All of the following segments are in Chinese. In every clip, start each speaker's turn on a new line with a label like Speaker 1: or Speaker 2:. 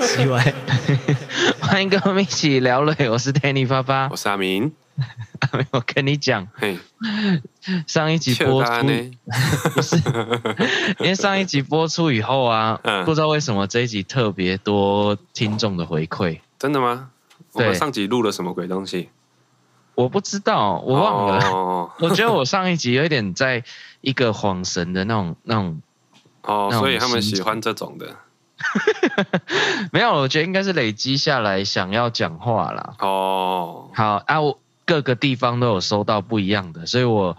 Speaker 1: 奇怪， 欢迎跟我们一起聊累，我是 Danny 爸爸
Speaker 2: 我。是阿哦明，
Speaker 1: 我跟你讲，
Speaker 2: 嘿，
Speaker 1: 上一集
Speaker 2: 切
Speaker 1: 播
Speaker 2: 大
Speaker 1: 出，
Speaker 2: 呢，
Speaker 1: 不是， 因为上一集播出以后啊，
Speaker 2: 嗯
Speaker 1: 不知道为什么这一集特别多听众的回馈，
Speaker 2: 真的吗？我
Speaker 1: 对
Speaker 2: 们上集录了什么鬼东西？
Speaker 1: 我不知道，我忘了。
Speaker 2: 哦，
Speaker 1: 我觉得我上一集有一点在一个恍神的那种、那种，
Speaker 2: 哦，
Speaker 1: 那我们
Speaker 2: 所以他们
Speaker 1: 心
Speaker 2: 喜
Speaker 1: 情
Speaker 2: 欢这种的。
Speaker 1: 没有，我觉得应该是累积下来想要讲话啦。
Speaker 2: 哦，
Speaker 1: 好啊，我各个地方都有收到不一样的，所以我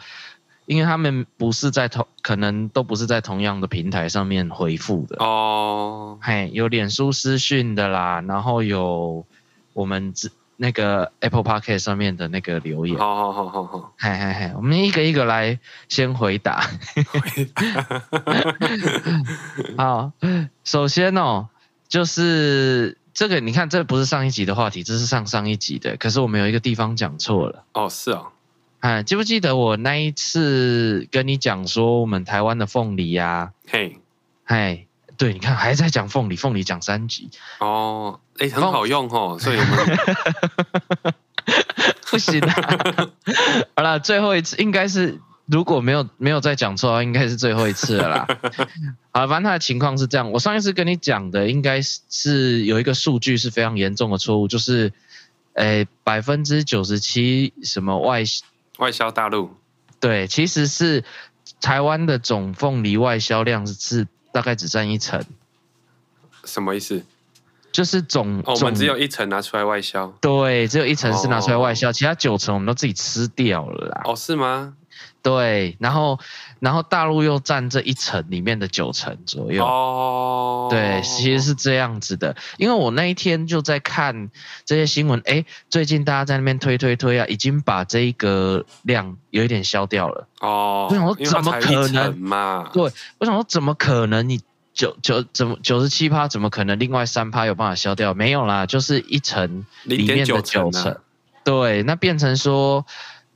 Speaker 1: 因为他们不是在同，可能都不是在同样的平台上面回复的。
Speaker 2: 哦，
Speaker 1: 嘿，有脸书私讯的啦，然后有我们之那个 Apple Podcast 上面的那个留言，
Speaker 2: 好好好好好，
Speaker 1: 嘿嘿嘿，我们一个一个来先回答。好，首先哦，就是这个，你看，这不是上一集的话题，这是上上一集的，可是我们有一个地方讲错了。
Speaker 2: 哦，是哦，
Speaker 1: 哎，记不记得我那一次跟你讲说我们台湾的凤梨呀、
Speaker 2: 嘿，
Speaker 1: 啊？哎，对，你看还在讲凤梨，凤梨讲三集，
Speaker 2: 哦，哎，很好用哦，所以我们
Speaker 1: 不行啊！好了，最后一次应该是如果没有没有再讲错的话，应该是最后一次了啦。好，反正他的情况是这样，我上一次跟你讲的应该是是有一个数据是非常严重的错误，就是，诶百分之九十七什么外
Speaker 2: 外销大陆
Speaker 1: 对，其实是台湾的总凤梨外销量是是大概只占一成，
Speaker 2: 什么意思？
Speaker 1: 就是总、
Speaker 2: 哦，我
Speaker 1: 总
Speaker 2: 们只有哦一层拿出来外销。
Speaker 1: 对，只有一成是拿出来外销，其他九成我们都自己吃掉了啦。
Speaker 2: 哦，是吗？
Speaker 1: 对，然后然后大陆又占这一层里面的九成左右。
Speaker 2: 哦，
Speaker 1: 对，其实是这样子的，因为我那一天就在看这些新闻，诶，最近大家在那边推推推啊，已经把这一个量有一点消掉了。
Speaker 2: 哦，
Speaker 1: 我想说
Speaker 2: 因为它
Speaker 1: 怎么
Speaker 2: 才
Speaker 1: 可
Speaker 2: 一层
Speaker 1: 能
Speaker 2: 嘛？
Speaker 1: 对我想说，怎么可能你九九怎么九十七趴，怎么可能另外三趴有办法消掉？没有啦，就是一层里面的
Speaker 2: 0.9
Speaker 1: 九
Speaker 2: 层
Speaker 1: 成。
Speaker 2: 啊
Speaker 1: 对，那变成说，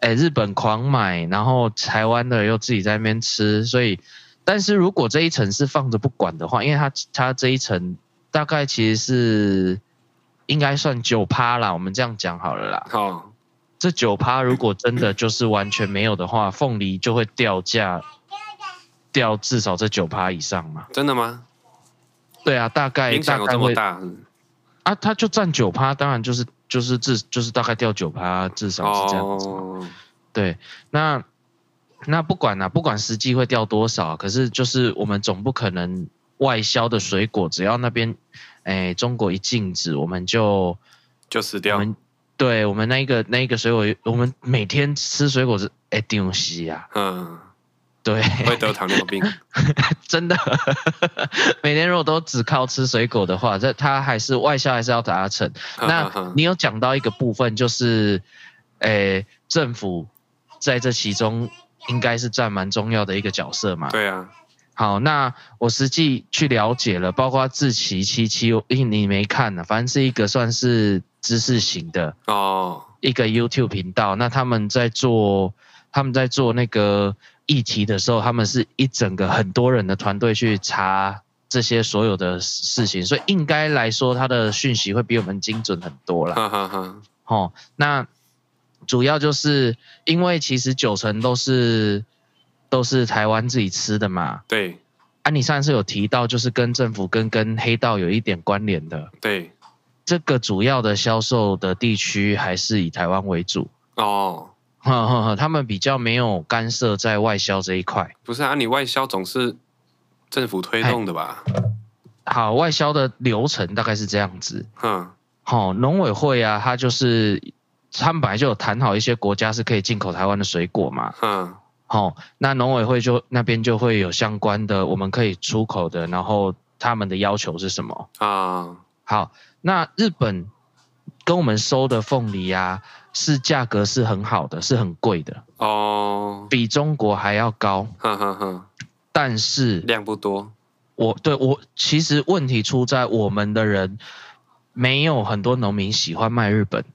Speaker 1: 哎、日本狂买，然后台湾的又自己在那边吃，所以，但是如果这一层是放着不管的话，因为它它这一层大概其实是应该算九趴啦，我们这样讲好了啦。
Speaker 2: 哦，
Speaker 1: 这九趴如果真的就是完全没有的话，凤梨就会掉价，掉至少这九趴以上嘛。
Speaker 2: 真的吗？
Speaker 1: 对啊，大概
Speaker 2: 影响
Speaker 1: 大
Speaker 2: 有
Speaker 1: 概
Speaker 2: 这么
Speaker 1: 会
Speaker 2: 大？嗯
Speaker 1: 啊，它就占九趴，当然就是就是至就是大概掉九趴，至少是这样子嘛。
Speaker 2: 哦，
Speaker 1: 对，那那不管啦、不管实际会掉多少，啊可是就是我们总不可能外销的水果，只要那边哎中国一禁止，我们就
Speaker 2: 就死
Speaker 1: 我
Speaker 2: 掉。
Speaker 1: 们对我们那一个那一个水果，我们每天吃水果是哎丢西啊，
Speaker 2: 嗯，
Speaker 1: 对，
Speaker 2: 会得糖尿病。
Speaker 1: 真的， 每天如果都只靠吃水果的话，这它还是外销还是要达成。
Speaker 2: 嗯
Speaker 1: 那你有讲到一个部分，就是，诶、政府在这其中应该是占蛮重要的一个角色嘛。
Speaker 2: 对啊，
Speaker 1: 好，那我实际去了解了，包括志奇七七，因为你没看呢、反正是一个算是知识型的
Speaker 2: 哦，
Speaker 1: 一个 YouTube 频道。那他们在做他们在做那个议题的时候，他们是一整个很多人的团队去查这些所有的事情，所以应该来说，他的讯息会比我们精准很多啦。
Speaker 2: 哈哈哈，
Speaker 1: 哦，那主要就是因为其实九成都是都是台湾自己吃的嘛。
Speaker 2: 对
Speaker 1: 啊，你上次有提到，就是跟政府跟跟黑道有一点关联的，
Speaker 2: 对，
Speaker 1: 这个主要的销售的地区还是以台湾为主。
Speaker 2: 哦，
Speaker 1: 呵呵呵，他们比较没有干涉在外销这一块。
Speaker 2: 不是啊，你外销总是政府推动的吧？
Speaker 1: 好，外销的流程大概是这样子。
Speaker 2: 哼，
Speaker 1: 好、农委会啊，它就是他们本来就有谈好一些国家是可以进口台湾的水果嘛。
Speaker 2: 哼，
Speaker 1: 好、那农委会就那边就会有相关的我们可以出口的，然后他们的要求是什么？
Speaker 2: 啊，
Speaker 1: 好，那日本跟我们收的凤梨啊，是价格是很好的，是很贵的，
Speaker 2: 哦，
Speaker 1: 比中国还要高。
Speaker 2: 哈哈哈，
Speaker 1: 但是
Speaker 2: 量不多，
Speaker 1: 我对我其实问题出在我们的人没有很多农民喜欢卖日本。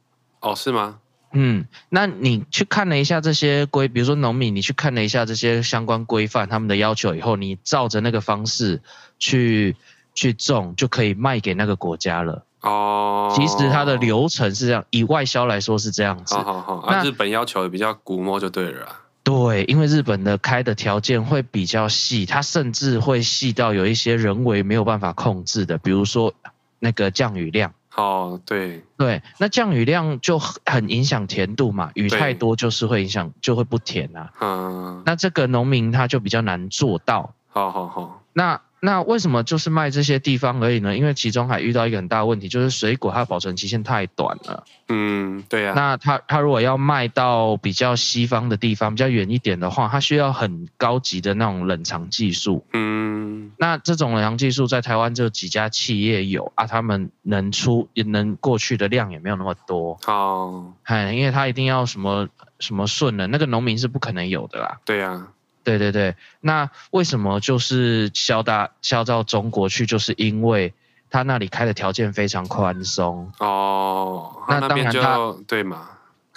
Speaker 2: 哦，是吗？
Speaker 1: 嗯，那你去看了一下这些规，比如说农民，你去看了一下这些相关规范他们的要求以后，你照着那个方式去去种，就可以卖给那个国家了。
Speaker 2: 哦，
Speaker 1: 其实它的流程是这样，以外销来说是这样子
Speaker 2: 好。好好，
Speaker 1: 那
Speaker 2: 啊，日本要求比较古摸就对了啊。
Speaker 1: 对，因为日本的开的条件会比较细，它甚至会细到有一些人为没有办法控制的，比如说那个降雨量。
Speaker 2: 哦，对，
Speaker 1: 对，那降雨量就很很影响甜度嘛，雨
Speaker 2: 对
Speaker 1: 太多就是会影响，就会不甜啊。
Speaker 2: 嗯，
Speaker 1: 那这个农民他就比较难做到。
Speaker 2: 好好好，
Speaker 1: 那那为什么就是卖这些地方而已呢？因为其中还遇到一个很大的问题，就是水果它的保存期限太短了。
Speaker 2: 嗯，对呀、
Speaker 1: 那它它如果要卖到比较西方的地方、比较远一点的话，它需要很高级的那种冷藏技术。
Speaker 2: 嗯，
Speaker 1: 那这种冷藏技术在台湾就几家企业有啊，他们能出也能过去的量也没有那么多，
Speaker 2: 好，
Speaker 1: 哎，因为它一定要什么什么顺了，那个农民是不可能有的啦。
Speaker 2: 对啊呀、
Speaker 1: 对对对，那为什么就是销大销到中国去，就是因为他那里开的条件非常宽松，
Speaker 2: 哦，
Speaker 1: 那
Speaker 2: 那
Speaker 1: 当
Speaker 2: 边
Speaker 1: 然
Speaker 2: 就
Speaker 1: 他
Speaker 2: 对嘛，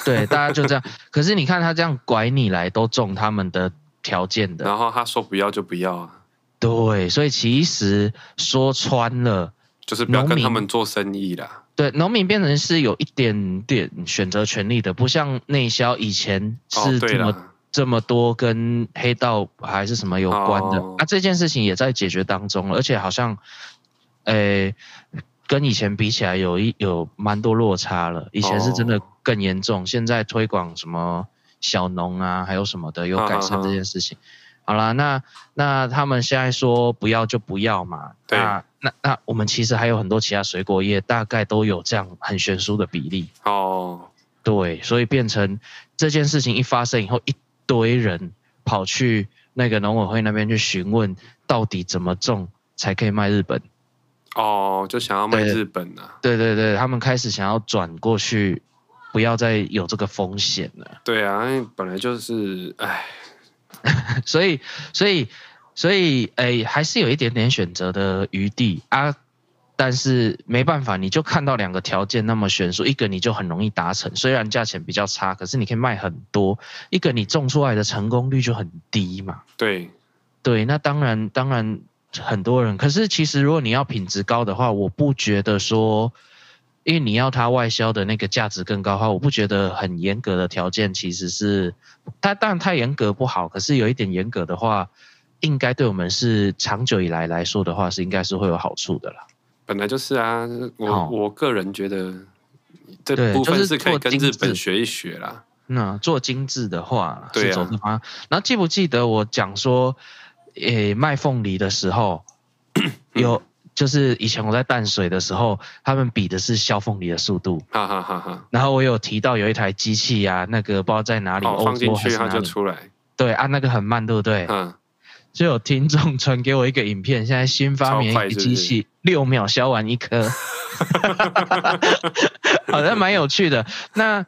Speaker 1: 对，大家就这样。可是你看他这样拐你来，都中他们的条件的，
Speaker 2: 然后他说不要就不要啊，
Speaker 1: 对，所以其实说穿了，
Speaker 2: 就是不要
Speaker 1: 农
Speaker 2: 跟
Speaker 1: 民
Speaker 2: 他们做生意啦。
Speaker 1: 对，农民变成是有一点点选择权利的，不像内销以前
Speaker 2: 哦，
Speaker 1: 是
Speaker 2: 对
Speaker 1: 这么、
Speaker 2: 了，
Speaker 1: 这么多跟黑道还是什么有关的、
Speaker 2: 哦
Speaker 1: 啊，这件事情也在解决当中了，而且好像，诶、跟以前比起来有一有蛮多落差了，以前是真的
Speaker 2: 哦
Speaker 1: 更严重，现在推广什么小农啊，还有什么的有改善这件事
Speaker 2: 嗯
Speaker 1: 情。好啦，那那他们现在说不要就不要嘛，
Speaker 2: 对
Speaker 1: 那那那我们其实还有很多其他水果业大概都有这样很悬殊的比例。
Speaker 2: 哦，
Speaker 1: 对，所以变成这件事情一发生以后，一堆人跑去那个农委会那边去询问，到底怎么种才可以卖日本？
Speaker 2: 哦，就想要卖
Speaker 1: 对
Speaker 2: 日本啊，
Speaker 1: 对对对，他们开始想要转过去，不要再有这个风险了。
Speaker 2: 对啊，因为本来就是，哎，
Speaker 1: 所以，所以，所以，哎，还是有一点点选择的余地啊。但是没办法，你就看到两个条件那么悬殊，一个你就很容易达成，虽然价钱比较差，可是你可以卖很多；一个你种出来的成功率就很低嘛。
Speaker 2: 对，
Speaker 1: 对，那当然，当然很多人。可是其实如果你要品质高的话，我不觉得说，因为你要它外销的那个价值更高的话，我不觉得很严格的条件其实是它，当然太严格不好。可是有一点严格的话，应该对我们是长久以来来说的话，是应该是会有好处的啦。
Speaker 2: 本来就是啊，我、
Speaker 1: 哦
Speaker 2: 我个人觉得
Speaker 1: 对
Speaker 2: 这部
Speaker 1: 就
Speaker 2: 分
Speaker 1: 是
Speaker 2: 可以
Speaker 1: 做
Speaker 2: 跟
Speaker 1: 精
Speaker 2: 日
Speaker 1: 致
Speaker 2: 本学一学啦。
Speaker 1: 那做精致的话
Speaker 2: 对
Speaker 1: 是
Speaker 2: 啊
Speaker 1: 走这方向。然后记不记得我讲说，诶、卖凤梨的时 候有。就是以前我在淡水的时候，他们比的是削凤梨的速度。
Speaker 2: 哈哈哈哈，
Speaker 1: 然后我有提到有一台机器呀、那个不知道在哪里，
Speaker 2: 哦，
Speaker 1: 欧
Speaker 2: 放进
Speaker 1: 洲还
Speaker 2: 去
Speaker 1: 是
Speaker 2: 它
Speaker 1: 哪
Speaker 2: 就
Speaker 1: 里？
Speaker 2: 出来，
Speaker 1: 对啊，那个很慢，对不对？
Speaker 2: 嗯，
Speaker 1: 就有听众传给我一个影片，现在新发明一
Speaker 2: 超快
Speaker 1: 个
Speaker 2: 是不是
Speaker 1: 机器，六秒削完一颗， 好像蛮有趣的。那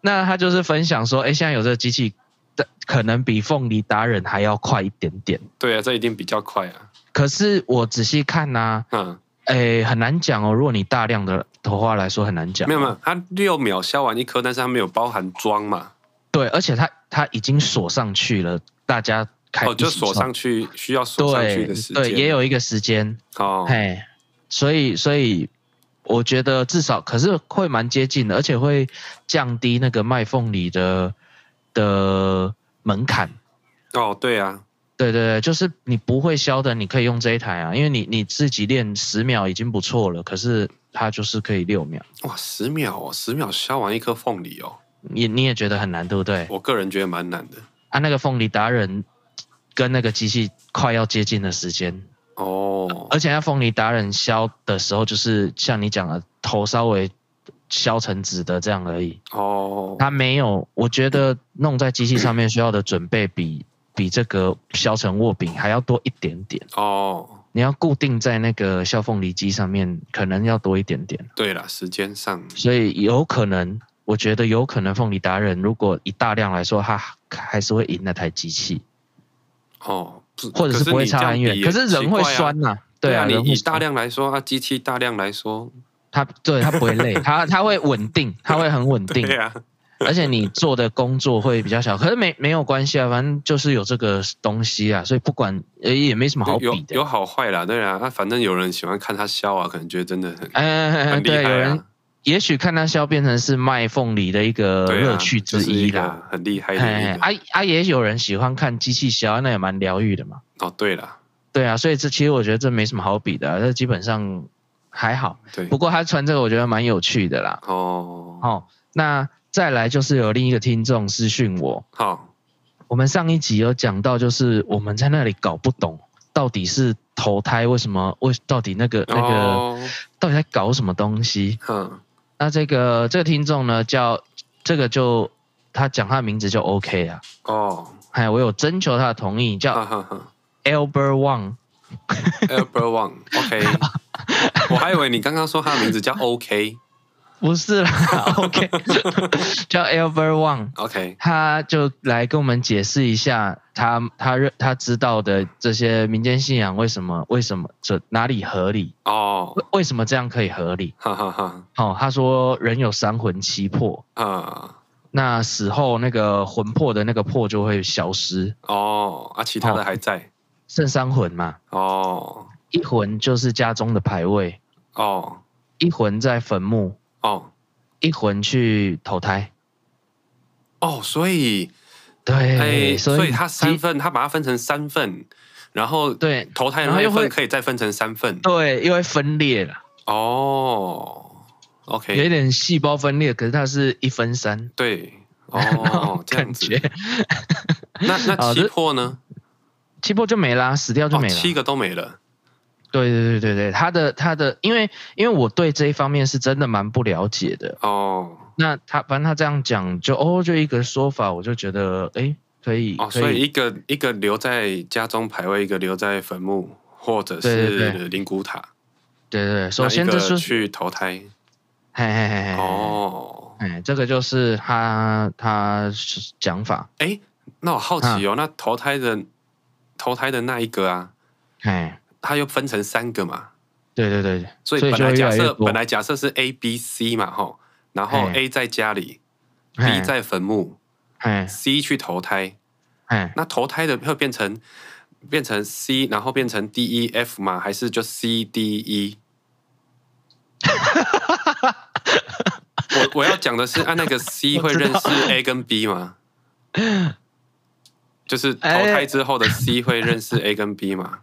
Speaker 1: 那他就是分享说，哎、现在有这个机器，但可能比凤梨达人还要快一点点。
Speaker 2: 对啊，这一定比较快啊，
Speaker 1: 可是我仔细看呐、
Speaker 2: 嗯，
Speaker 1: 哎、很难讲哦。如果你大量的头花来说，很难讲。
Speaker 2: 没有没有，它六秒削完一颗，但是它没有包含装嘛，
Speaker 1: 对，而且它它已经锁上去了，大家开
Speaker 2: 哦，就
Speaker 1: 一起
Speaker 2: 锁
Speaker 1: 冲
Speaker 2: 上去需要锁上去
Speaker 1: 对
Speaker 2: 的时间，
Speaker 1: 对，也有一个时间，
Speaker 2: 哦，
Speaker 1: 嘿，所以所以我觉得至少可是会蛮接近的，而且会降低那个卖凤梨的的门槛。
Speaker 2: 哦，对啊，
Speaker 1: 对对对，就是你不会削的，你可以用这一台啊，因为你你自己练十秒已经不错了，可是它就是可以六秒，
Speaker 2: 哇，十秒哦，十秒削完一颗凤梨哦，
Speaker 1: 你你也觉得很难，对不对？
Speaker 2: 我个人觉得蛮难的
Speaker 1: 啊，那个凤梨达人跟那个机器快要接近的时间，
Speaker 2: 哦，
Speaker 1: 而且在凤梨达人削的时候，就是像你讲的，头稍微削成直的这样而已。
Speaker 2: 哦，
Speaker 1: 它没有，我觉得弄在机器上面需要的准备比比这个削成握柄还要多一点点。
Speaker 2: 哦，
Speaker 1: 你要固定在那个削凤梨机上面，可能要多一点点。
Speaker 2: 对了，时间上，
Speaker 1: 所以有可能，我觉得有可能凤梨达人如果以大量来说，它还是会赢那台机器，
Speaker 2: 哦，不
Speaker 1: 或者
Speaker 2: 可
Speaker 1: 是
Speaker 2: 是
Speaker 1: 不会
Speaker 2: 你
Speaker 1: 差
Speaker 2: 这样
Speaker 1: 很远。
Speaker 2: 比
Speaker 1: 可是人会酸。
Speaker 2: 奇怪啊
Speaker 1: 呐、对啊，
Speaker 2: 你
Speaker 1: 人会
Speaker 2: 以大
Speaker 1: 酸
Speaker 2: 量来说，啊，机器大量来说，
Speaker 1: 它对它不会累，它它会稳定，它会很稳定。
Speaker 2: 对啊，
Speaker 1: 而且你做的工作会比较小，可是没没有关系啊，反正就是有这个东西啊，所以不管呃也没什么好
Speaker 2: 有
Speaker 1: 比的。
Speaker 2: 有好坏啦，对啊，那反正有人喜欢看他笑啊，可能觉得真的很
Speaker 1: 哎哎哎哎，
Speaker 2: 很厉
Speaker 1: 对，有
Speaker 2: 害
Speaker 1: 人
Speaker 2: 啊，
Speaker 1: 也许看他笑变成是卖凤梨的一个
Speaker 2: 对啊
Speaker 1: 乐趣之一，
Speaker 2: 就是
Speaker 1: 啦。
Speaker 2: 个很厉害的
Speaker 1: 哎
Speaker 2: 一，个
Speaker 1: 啊啊，也有人喜欢看机器削，那也蛮疗愈的嘛。
Speaker 2: 哦，对啦，
Speaker 1: 对啊，所以这其实我觉得这没什么好比的啊、这基本上还好。
Speaker 2: 对
Speaker 1: 不过他穿这个我觉得蛮有趣的啦。
Speaker 2: 哦，
Speaker 1: 哦，那再来就是有另一个听众私讯我，
Speaker 2: 好，
Speaker 1: 我们上一集有讲到，就是我们在那里搞不懂到底是投胎为什么，为到底那个那个、
Speaker 2: 哦
Speaker 1: 到底在搞什么东西。
Speaker 2: 哼，
Speaker 1: 那这个这个听众呢，叫这个就他讲他的名字就 OK 啊。
Speaker 2: 哦，
Speaker 1: 哎，我有征求他的同意，
Speaker 2: 哈
Speaker 1: 叫
Speaker 2: 哈哈
Speaker 1: Albert Wang。
Speaker 2: ，Albert Wang，OK，我还以为你刚刚说他的名字叫 OK，OK，
Speaker 1: 不是啦，OK，叫 Albert Wang，他就来跟我们解释一下他他认他知道的这些民间信仰为什么为什么这哪里合理，
Speaker 2: 哦，
Speaker 1: 为为什么这样可以合理？
Speaker 2: 哈哈哈，
Speaker 1: 哦，他说人有三魂七魄，
Speaker 2: 啊，
Speaker 1: 那死后那个魂魄的那个魄就会消失，
Speaker 2: 哦，啊，其他的还在，
Speaker 1: 剩三魂嘛，
Speaker 2: 哦，
Speaker 1: 一魂就是家中的牌位，
Speaker 2: 哦，
Speaker 1: 一魂在坟墓，
Speaker 2: 哦，
Speaker 1: 一魂去投胎。
Speaker 2: 哦，所以，
Speaker 1: 对，
Speaker 2: 哎，
Speaker 1: 所以
Speaker 2: 所以他三
Speaker 1: 其
Speaker 2: 份，他把它分成三份，然后
Speaker 1: 对
Speaker 2: 投胎的
Speaker 1: 然后
Speaker 2: 那一
Speaker 1: 又会
Speaker 2: 份可以再分成三份，
Speaker 1: 对，因为分裂了。
Speaker 2: 哦，OK，
Speaker 1: 有一点细胞分裂，可是它是一分三，
Speaker 2: 对，
Speaker 1: 那
Speaker 2: 哦
Speaker 1: 种，
Speaker 2: 这样
Speaker 1: 感
Speaker 2: 子。
Speaker 1: 觉
Speaker 2: 那
Speaker 1: 好
Speaker 2: 那七
Speaker 1: 这
Speaker 2: 魄呢？
Speaker 1: 七魄就没啦，死掉就
Speaker 2: 哦，
Speaker 1: 没了。
Speaker 2: 七个都没了。
Speaker 1: 对对对对对，他的他的，因为因为我对这一方面是真的蛮不了解的。
Speaker 2: 哦
Speaker 1: 那他反正他这样讲，就哦就一个说法，我就觉得哎可以
Speaker 2: 哦，
Speaker 1: 可
Speaker 2: 所以一个一个留在家中牌位，一个留在坟墓或者
Speaker 1: 对对
Speaker 2: 是灵骨塔。
Speaker 1: 对对对，首
Speaker 2: 那
Speaker 1: 先
Speaker 2: 一
Speaker 1: 这
Speaker 2: 个
Speaker 1: 就是哎
Speaker 2: 去投胎。
Speaker 1: 嘿嘿嘿嘿嘿，
Speaker 2: 哦，
Speaker 1: 哎这个就是他他讲法，
Speaker 2: 哎，那我好奇
Speaker 1: 嗯
Speaker 2: 哦，那投胎的投胎的那一个啊，
Speaker 1: 哎
Speaker 2: 它又分成三个嘛，
Speaker 1: 对对对，
Speaker 2: 所以
Speaker 1: 所以
Speaker 2: 本
Speaker 1: 就
Speaker 2: 来
Speaker 1: 会越
Speaker 2: 假
Speaker 1: 来越
Speaker 2: 设
Speaker 1: 多
Speaker 2: 本来假设是 A、B、C 嘛，吼，然后
Speaker 1: 哎
Speaker 2: A 在家里
Speaker 1: 哎
Speaker 2: ，B 在坟墓
Speaker 1: 哎
Speaker 2: ，C 去投胎，
Speaker 1: 哎
Speaker 2: 那投胎的会变成变成 C，然后变成 D E F 吗？还是就 C D E？我我要讲的是，按、那个 C
Speaker 1: 我
Speaker 2: 会
Speaker 1: 知道
Speaker 2: 认识 A 跟 B 吗？就是投
Speaker 1: 哎
Speaker 2: 胎之后的 C 会认识 A 跟 B 吗？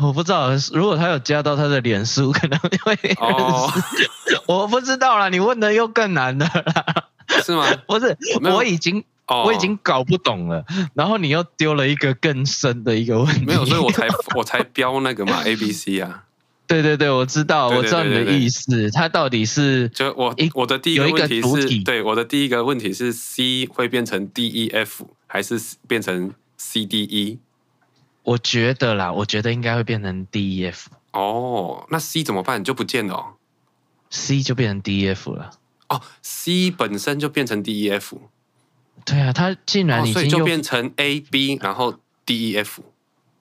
Speaker 1: 我不知道，如果他有加到他的脸书，可能会
Speaker 2: 哦，
Speaker 1: 我不知道啦，你问的又更难的 啦。
Speaker 2: 是吗？
Speaker 1: 不是，
Speaker 2: 没有
Speaker 1: 我已经、
Speaker 2: 哦，
Speaker 1: 我已经搞不懂了，然后你又丢了一个更深的一个问题。
Speaker 2: 没有，所以我才我才标那个嘛 A B C 啊。
Speaker 1: 对对对，我知道，
Speaker 2: 对对
Speaker 1: 我知道你的
Speaker 2: 对对对
Speaker 1: 意思，它到底是
Speaker 2: 就我
Speaker 1: 一
Speaker 2: 我的第一
Speaker 1: 有
Speaker 2: 个
Speaker 1: 一个
Speaker 2: 问题
Speaker 1: 主
Speaker 2: 是，
Speaker 1: 体
Speaker 2: 对我的第一个问题是 C 会变成 D E F 还是 C- 变成 C D E？
Speaker 1: 我觉得啦，我觉得应该会变成 D E F
Speaker 2: 哦，那 C 怎么办？就不见了哦。
Speaker 1: C 就变成 D E F 了。
Speaker 2: 哦，C 本身就变成 D E F，
Speaker 1: 对啊，它竟然
Speaker 2: 哦，
Speaker 1: 已
Speaker 2: 所以
Speaker 1: 经
Speaker 2: 就
Speaker 1: 又、
Speaker 2: 变成 A B，然后 D E F。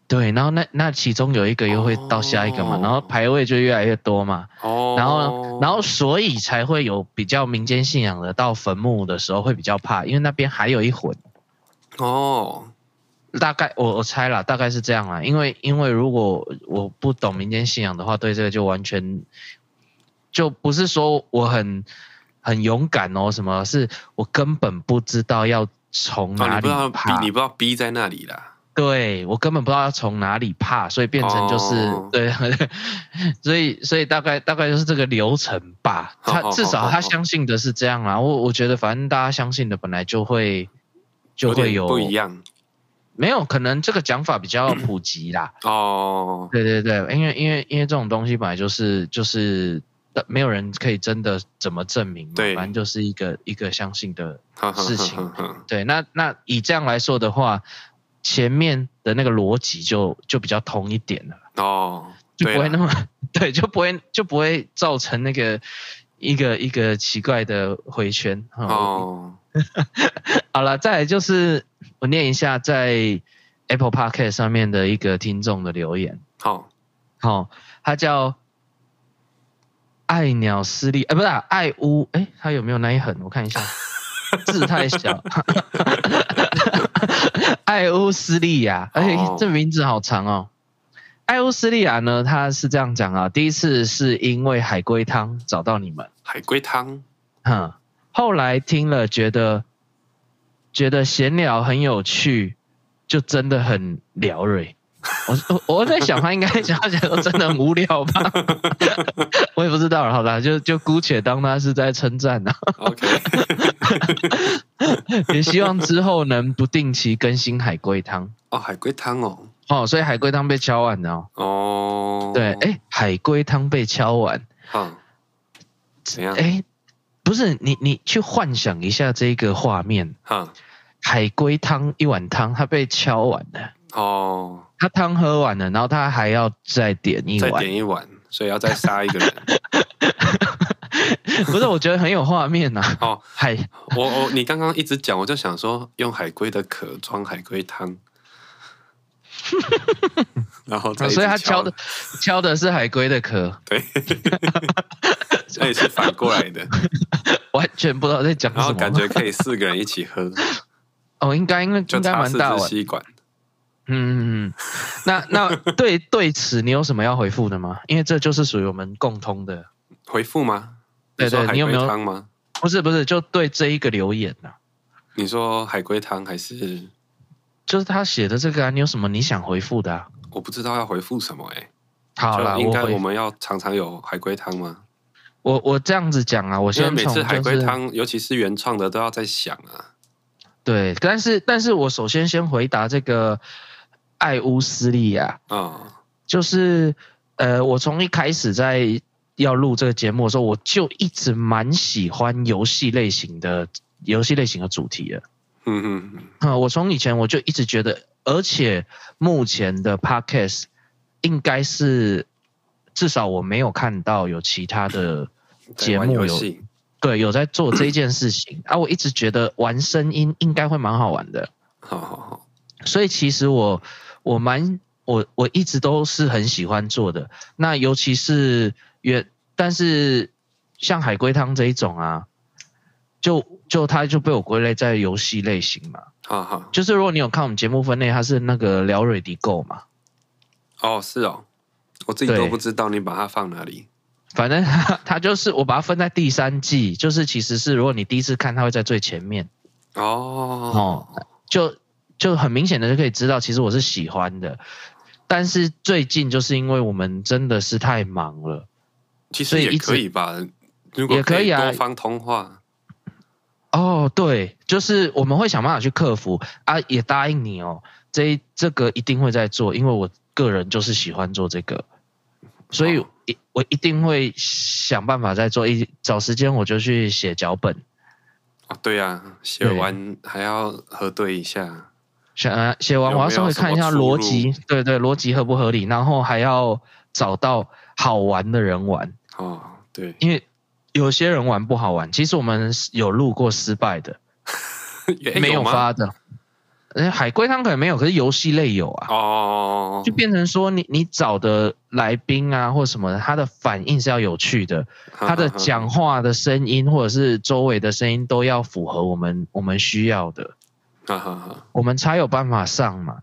Speaker 1: 对，然后那那其中有一个又会到下一个嘛，
Speaker 2: 哦
Speaker 1: 然后排位就越来越多嘛，
Speaker 2: 哦，
Speaker 1: 然后然后所以才会有比较民间信仰的到坟墓的时候会比较怕，因为那边还有一魂。
Speaker 2: 哦，
Speaker 1: 大概我我猜啦，大概是这样啦。因为因为如果我不懂民间信仰的话，对这个就完全就不是说我很很勇敢哦，什么是我根本不知道要从
Speaker 2: 哦，
Speaker 1: 哪
Speaker 2: 你
Speaker 1: 里
Speaker 2: 不知道 B，
Speaker 1: 怕，
Speaker 2: 你不知道 B 在那里啦。
Speaker 1: 对我根本不知道要从哪里怕，所以变成就是、
Speaker 2: 哦
Speaker 1: 对， 所以所以大概大概就是这个流程吧。
Speaker 2: 好
Speaker 1: 他
Speaker 2: 好
Speaker 1: 至少
Speaker 2: 好
Speaker 1: 他
Speaker 2: 好
Speaker 1: 相信的是这样啦。我我觉得反正大家相信的本来就会就
Speaker 2: 点
Speaker 1: 会有
Speaker 2: 不一样
Speaker 1: 没有，可能这个讲法比较
Speaker 2: 嗯
Speaker 1: 普及啦。
Speaker 2: 哦，
Speaker 1: 对对对，因为因为因为这种东西本来就是就是，呃没有人可以真的怎么证明嘛，
Speaker 2: 对
Speaker 1: 反正就是一个一个相信的。
Speaker 2: 呵呵
Speaker 1: 事
Speaker 2: 呵
Speaker 1: 情
Speaker 2: 呵呵
Speaker 1: 对，那那以这样来说的话，前面的那个逻辑就就比较通一点了，
Speaker 2: 哦，
Speaker 1: 就不会
Speaker 2: 对
Speaker 1: 那
Speaker 2: 啦
Speaker 1: 么 对，就不会就不会造成那个一个一个奇怪的回圈。哦，
Speaker 2: 哦，
Speaker 1: 好了，再来就是我念一下在 Apple Podcast 上面的一个听众的留言。
Speaker 2: 好，
Speaker 1: 哦，他叫爱鸟私立，呃，不是啊、爱屋，哎，他有没有那一横？我看一下，字太小。 艾欧斯利亚，而且啊
Speaker 2: 哦
Speaker 1: 这名字好长哦。艾欧斯利亚啊呢，他是这样讲啊，第一次是因为海龟汤找到你们，
Speaker 2: 海龟汤，
Speaker 1: 哼，后来听了觉得觉得闲聊很有趣，就真的很聊瑞。我我我在想，他应该想要讲说真的很无聊吧，我也不知道了，好啦，就就姑且当他是在称赞啊。
Speaker 2: OK，
Speaker 1: 也希望之后能不定期更新海龟汤
Speaker 2: 哦，海龟汤哦，
Speaker 1: 哦，所以海龟汤被敲完了哦。
Speaker 2: 哦，
Speaker 1: 对，哎、，海龟汤被敲完，
Speaker 2: 好，怎样？
Speaker 1: 哎，不是你你去幻想一下这个画面，
Speaker 2: 哈，
Speaker 1: 海龟汤一碗汤，它被敲完了，
Speaker 2: 哦，
Speaker 1: 它汤喝完了，然后它还要再点一
Speaker 2: 再
Speaker 1: 碗，
Speaker 2: 点一碗，所以要再杀一个人。
Speaker 1: 不是？我觉得很有画面呐、
Speaker 2: 哦，
Speaker 1: 海
Speaker 2: 我我你刚刚一直讲，我就想说用海龟的壳装海龟 汤，然后再一
Speaker 1: 哦
Speaker 2: 直
Speaker 1: 所以他敲
Speaker 2: 敲
Speaker 1: 的，敲的是海龟的壳，
Speaker 2: 对，所以是反过来的，
Speaker 1: 完全不知道在讲
Speaker 2: 然后
Speaker 1: 什
Speaker 2: 感
Speaker 1: 么。
Speaker 2: 觉可以四个人一起喝，
Speaker 1: 哦，应该应该
Speaker 2: 就
Speaker 1: 应该
Speaker 2: 插
Speaker 1: 蛮
Speaker 2: 四
Speaker 1: 大
Speaker 2: 支
Speaker 1: 碗。
Speaker 2: 吸管。
Speaker 1: 嗯，嗯嗯，那 那对对此你有什么要回复的吗？因为这就是属于我们共通的，
Speaker 2: 回复吗？
Speaker 1: 对对
Speaker 2: 说海
Speaker 1: 你有没
Speaker 2: 龟
Speaker 1: 有
Speaker 2: 汤吗？
Speaker 1: 不是不是，就对这一个留言呐、啊，
Speaker 2: 你说海龟汤还是
Speaker 1: 就是他写的这个啊，你有什么你想回复的、啊？
Speaker 2: 我不知道要回复什么哎、
Speaker 1: 好啦，
Speaker 2: 就应
Speaker 1: 我
Speaker 2: 该
Speaker 1: 回
Speaker 2: 我们要常常有海龟汤吗？
Speaker 1: 我我这样子讲啊，我
Speaker 2: 因为
Speaker 1: 先
Speaker 2: 每
Speaker 1: 从
Speaker 2: 次
Speaker 1: 就
Speaker 2: 海龟
Speaker 1: 是
Speaker 2: 汤，尤其是原创的，都要在想啊。
Speaker 1: 对，但是但是我首先先回答这个艾乌斯利亚，
Speaker 2: 哦，
Speaker 1: 就是呃，我从一开始在要录这个节目的时候，我就一直蛮喜欢游戏类型的游戏类型的主题的。
Speaker 2: 嗯嗯嗯，
Speaker 1: 嗯，我从以前我就一直觉得，而且目前的 podcast 应该是至少我没有看到有其他的节
Speaker 2: 在玩
Speaker 1: 目
Speaker 2: 游
Speaker 1: 有
Speaker 2: 戏
Speaker 1: 对有在做这件事情啊，我一直觉得玩声音应该会蛮好玩的，
Speaker 2: 好好好，
Speaker 1: 所以其实我我蛮我我一直都是很喜欢做的，那尤其是原但是像海龟汤这一种啊，就就它就被我归类在游戏类型嘛。
Speaker 2: 好好
Speaker 1: 就是如果你有看我们节目分类，它是那个聊瑞迪购嘛，
Speaker 2: 哦，是哦，我自己
Speaker 1: 对
Speaker 2: 都不知道你把它放哪里。
Speaker 1: 反正 它它就是我把它分在第三季，就是其实是如果你第一次看，它会在最前面
Speaker 2: 哦
Speaker 1: 哦，就就很明显的就可以知道，其实我是喜欢的。但是最近就是因为我们真的是太忙了
Speaker 2: 其
Speaker 1: 所
Speaker 2: 实
Speaker 1: 以一
Speaker 2: 也
Speaker 1: 直
Speaker 2: 可以吧，如果
Speaker 1: 也可以啊
Speaker 2: 多方通话，
Speaker 1: 哦，对，就是我们会想办法去克服啊，也答应你哦，这一这个一定会在做，因为我个人就是喜欢做这个，所以
Speaker 2: 哦
Speaker 1: 一我一定会想办法再做，一找时间我就去写脚本。
Speaker 2: 哦，对啊，写
Speaker 1: 对
Speaker 2: 完还要核对一下。
Speaker 1: 写呃写完，
Speaker 2: 有
Speaker 1: 我要
Speaker 2: 没
Speaker 1: 稍
Speaker 2: 有
Speaker 1: 微
Speaker 2: 什
Speaker 1: 看一
Speaker 2: 么
Speaker 1: 下
Speaker 2: 出
Speaker 1: 逻
Speaker 2: 入
Speaker 1: 辑，对对，逻辑合不合理，然后还要找到好玩的人玩，
Speaker 2: 哦，对，
Speaker 1: 因为有些人玩不好玩。其实我们是有录过失败的，
Speaker 2: 也
Speaker 1: 没
Speaker 2: 有吗
Speaker 1: 发的。呃，海龟汤可能没有，可是游戏类有啊，
Speaker 2: 哦，
Speaker 1: 就变成说你你找的来宾啊或什么的，他的反应是要有趣的，他的讲话的声音或者是周围的声音都要符合我们我们需要的。
Speaker 2: 哈哈哈，
Speaker 1: 我们才有办法上嘛。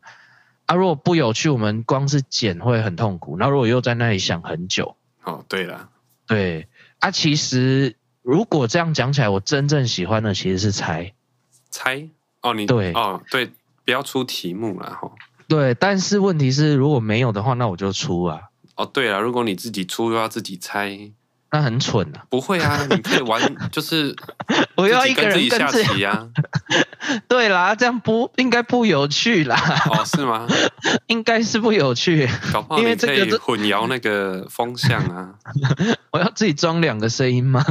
Speaker 1: 啊，如果不有趣，我们光是剪会很痛苦。那如果又在那里想很久，
Speaker 2: 哦，对了，
Speaker 1: 对啊，其实如果这样讲起来，我真正喜欢的其实是猜，
Speaker 2: 猜哦，你
Speaker 1: 对
Speaker 2: 哦，对，不要出题目了哈。
Speaker 1: 对。但是问题是，如果没有的话，那我就出啊，
Speaker 2: 哦，对了，如果你自己出又要自己猜，
Speaker 1: 那很蠢啊。
Speaker 2: 不会啊，你可以玩，就是
Speaker 1: 我
Speaker 2: 自
Speaker 1: 又要
Speaker 2: 己
Speaker 1: 一个
Speaker 2: 跟自
Speaker 1: 人
Speaker 2: 己
Speaker 1: 跟
Speaker 2: 下
Speaker 1: 自己，
Speaker 2: 棋啊。
Speaker 1: 对啦，这样不应该不有趣啦，
Speaker 2: 哦，是吗？
Speaker 1: 应该是不有趣。
Speaker 2: 搞不好
Speaker 1: 因为
Speaker 2: 你
Speaker 1: 这
Speaker 2: 可
Speaker 1: 个
Speaker 2: 以
Speaker 1: 这
Speaker 2: 混淆那个风向啊。
Speaker 1: 我要自己装两个声音吗？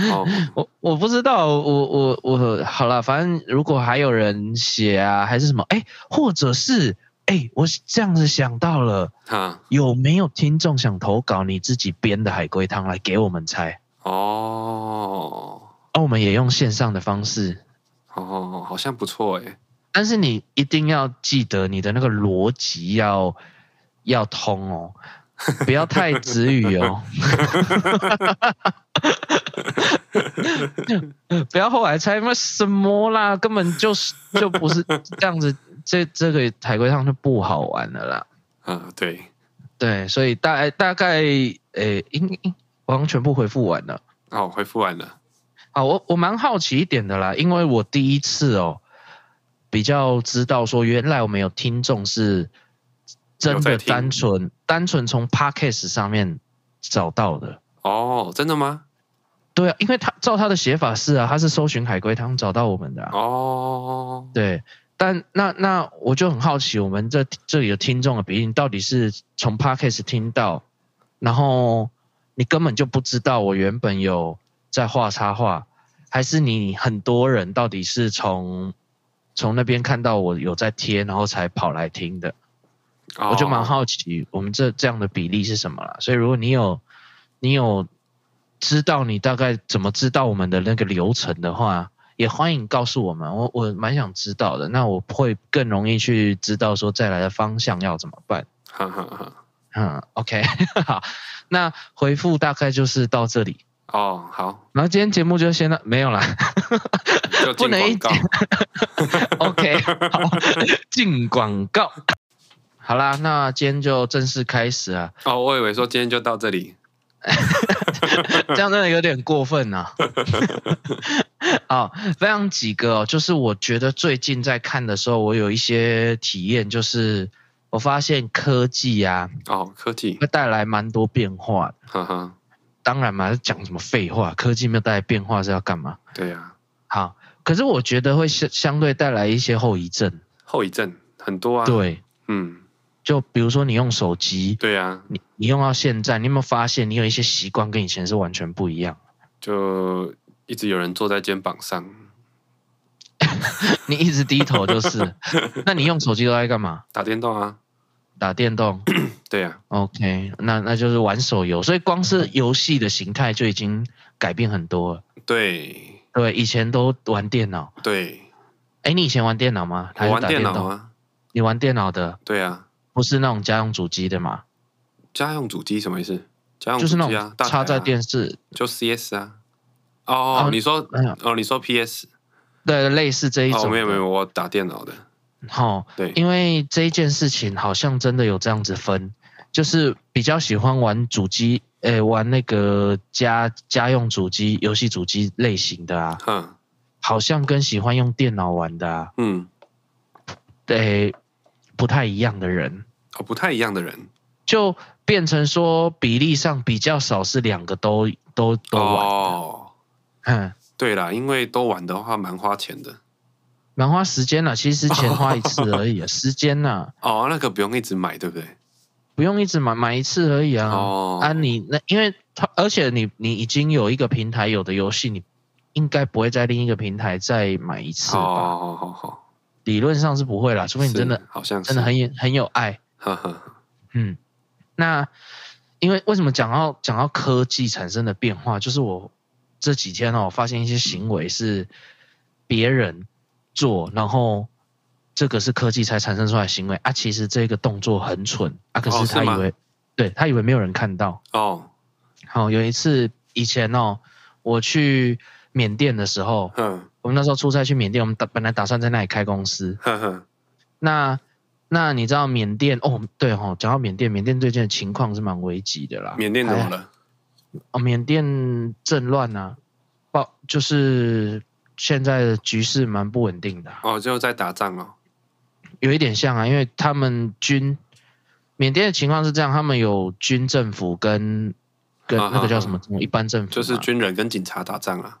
Speaker 2: 哦，
Speaker 1: 我我不知道，我我我好了，反正如果还有人写啊，还是什么，哎、或者是哎、我这样子想到了，
Speaker 2: 哈，
Speaker 1: 有没有听众想投稿你自己编的海龟汤来给我们猜？
Speaker 2: 哦，
Speaker 1: 那、我们也用线上的方式，
Speaker 2: 哦，好像不错哎。
Speaker 1: 但是你一定要记得你的那个逻辑要要通哦，不要太直语哦。 不要后来猜妈什么啦，根本就是就不是这样子，这这个海龟汤就不好玩了啦。
Speaker 2: 啊，对
Speaker 1: 对，所以大大概诶、应应我好像全部回复完了。
Speaker 2: 哦，回复完了，
Speaker 1: 好，啊我我蛮好奇一点的啦，因为我第一次哦，比较知道说原来我们有听众是真
Speaker 2: 有在
Speaker 1: 的
Speaker 2: 听
Speaker 1: 单纯单纯从 podcast 上面找到的。
Speaker 2: 哦，真的吗？
Speaker 1: 对啊，因为他照他的写法是啊，他是搜寻海龟汤找到我们的、啊。
Speaker 2: 哦，
Speaker 1: 对，但那那我就很好奇，我们这这里的听众的比例到底是从 podcast 听到，然后你根本就不知道我原本有在画插画，还是你很多人到底是从从那边看到我有在贴，然后才跑来听的？
Speaker 2: 哦
Speaker 1: 我就蛮好奇我们这这样的比例是什么啦。所以如果你有你有知道你大概怎么知道我们的那个流程的话，也欢迎告诉我们，我我蛮想知道的。那我会更容易去知道说再来的方向要怎么办。
Speaker 2: 哈哈哈，
Speaker 1: 嗯，OK，好， 那回复大概就是到这里。
Speaker 2: 哦，好，
Speaker 1: 然后今天节目就先到没有啦
Speaker 2: 就
Speaker 1: 不
Speaker 2: 进
Speaker 1: 能一
Speaker 2: 广告。
Speaker 1: ，OK，好，进广告。好啦，那今天就正式开始啊。
Speaker 2: 哦，我以为说今天就到这里。
Speaker 1: 这样真的有点过分呐、啊。非常几个哦，就是我觉得最近在看的时候，我有一些体验，就是我发现科技啊
Speaker 2: 哦，科技，
Speaker 1: 会带来蛮多变化的。
Speaker 2: 哈哈，
Speaker 1: 当然嘛，讲什么废话，科技没有带来变化是要干嘛？
Speaker 2: 对啊呀、
Speaker 1: 好，可是我觉得会相相对带来一些后遗症。
Speaker 2: 后遗症很多啊。，
Speaker 1: 对，
Speaker 2: 嗯，
Speaker 1: 就比如说你用手机，
Speaker 2: 对啊呀、
Speaker 1: 你你用到现在，你有没有发现你有一些习惯跟以前是完全不一样？
Speaker 2: 就一直有人坐在肩膀上，
Speaker 1: 你一直低头就是，那你用手机都在干嘛？
Speaker 2: 打电动啊。
Speaker 1: 打电动
Speaker 2: 对啊呀、
Speaker 1: ，OK，那那就是玩手游，所以光是游戏的形态就已经改变很多了。
Speaker 2: 对
Speaker 1: 对，以前都玩电脑，
Speaker 2: 对，
Speaker 1: 哎，你以前玩电脑吗？还
Speaker 2: 我
Speaker 1: 是
Speaker 2: 玩
Speaker 1: 打
Speaker 2: 电
Speaker 1: 电
Speaker 2: 脑
Speaker 1: 动？
Speaker 2: 啊。
Speaker 1: 你玩电脑的，
Speaker 2: 对呀、
Speaker 1: 不是那种家用主机的嘛？
Speaker 2: 家用主机什么意思？家用
Speaker 1: 就
Speaker 2: 主
Speaker 1: 是那
Speaker 2: 机啊
Speaker 1: 种，
Speaker 2: 大台
Speaker 1: 插
Speaker 2: 啊
Speaker 1: 在电视，
Speaker 2: 就 CS 啊。哦，
Speaker 1: 哦
Speaker 2: 你说
Speaker 1: 哎呀
Speaker 2: 哦，你说 PS？
Speaker 1: 对，类似这一种
Speaker 2: 哦，
Speaker 1: 的。
Speaker 2: 没有没有，我打电脑的。
Speaker 1: 好，
Speaker 2: 对，
Speaker 1: 因为这一件事情好像真的有这样子分，就是比较喜欢玩主机，诶，玩那个家家用主机、游戏主机类型的啊，
Speaker 2: 哼，
Speaker 1: 好像跟喜欢用电脑玩的啊，
Speaker 2: 嗯，
Speaker 1: 对，不太一样的人，
Speaker 2: 哦，不太一样的人。
Speaker 1: 就变成说比例上比较少是两个都都都 玩，
Speaker 2: 哦，
Speaker 1: 嗯，
Speaker 2: 对啦，因为都玩的话蛮花钱的。
Speaker 1: 蛮花时间了、其实钱花一次而 已、啊，时间呐、
Speaker 2: 哦，那个不用一直买，对不对？
Speaker 1: 不用一直买买一次而已啊。
Speaker 2: 哦，
Speaker 1: 啊你，那因为它，而且你你已经有一个平台有的游戏，你应该不会在另一个平台再买一次吧？
Speaker 2: 好好好好，
Speaker 1: 理论上是不会啦，除非你
Speaker 2: 哦是
Speaker 1: 真的
Speaker 2: 好像
Speaker 1: 真的
Speaker 2: 是，
Speaker 1: 很有很有爱。
Speaker 2: 呵呵，
Speaker 1: 嗯，那因为为什么讲到讲到科技产生的变化，就是我这几天哦，我发现一些行为是别人做，然后这个是科技才产生出来的行为啊。其实这个动作很蠢啊，可
Speaker 2: 哦
Speaker 1: 是
Speaker 2: 是
Speaker 1: 他
Speaker 2: 吗
Speaker 1: 以为，对他以为没有人看到。
Speaker 2: 哦，
Speaker 1: 好，有一次以前哦，我去缅甸的时候，
Speaker 2: 哼
Speaker 1: 我们那时候出差去缅甸，我们打本来打算在那里开公司，
Speaker 2: 呵呵，
Speaker 1: 那那你知道缅甸哦？对哦，讲到缅甸，缅甸最近的情况是蛮危急的啦。
Speaker 2: 缅甸怎么
Speaker 1: 还
Speaker 2: 了？
Speaker 1: 哦，缅甸政乱啊，暴就是现在的局势蛮不稳定的啊，
Speaker 2: 哦，就在打仗哦，
Speaker 1: 有一点像啊，因为他们军缅甸的情况是这样，他们有军政府跟跟
Speaker 2: 啊
Speaker 1: 那个叫
Speaker 2: 啊
Speaker 1: 什么政府一般政府嘛，
Speaker 2: 就是军人跟警察打仗啊。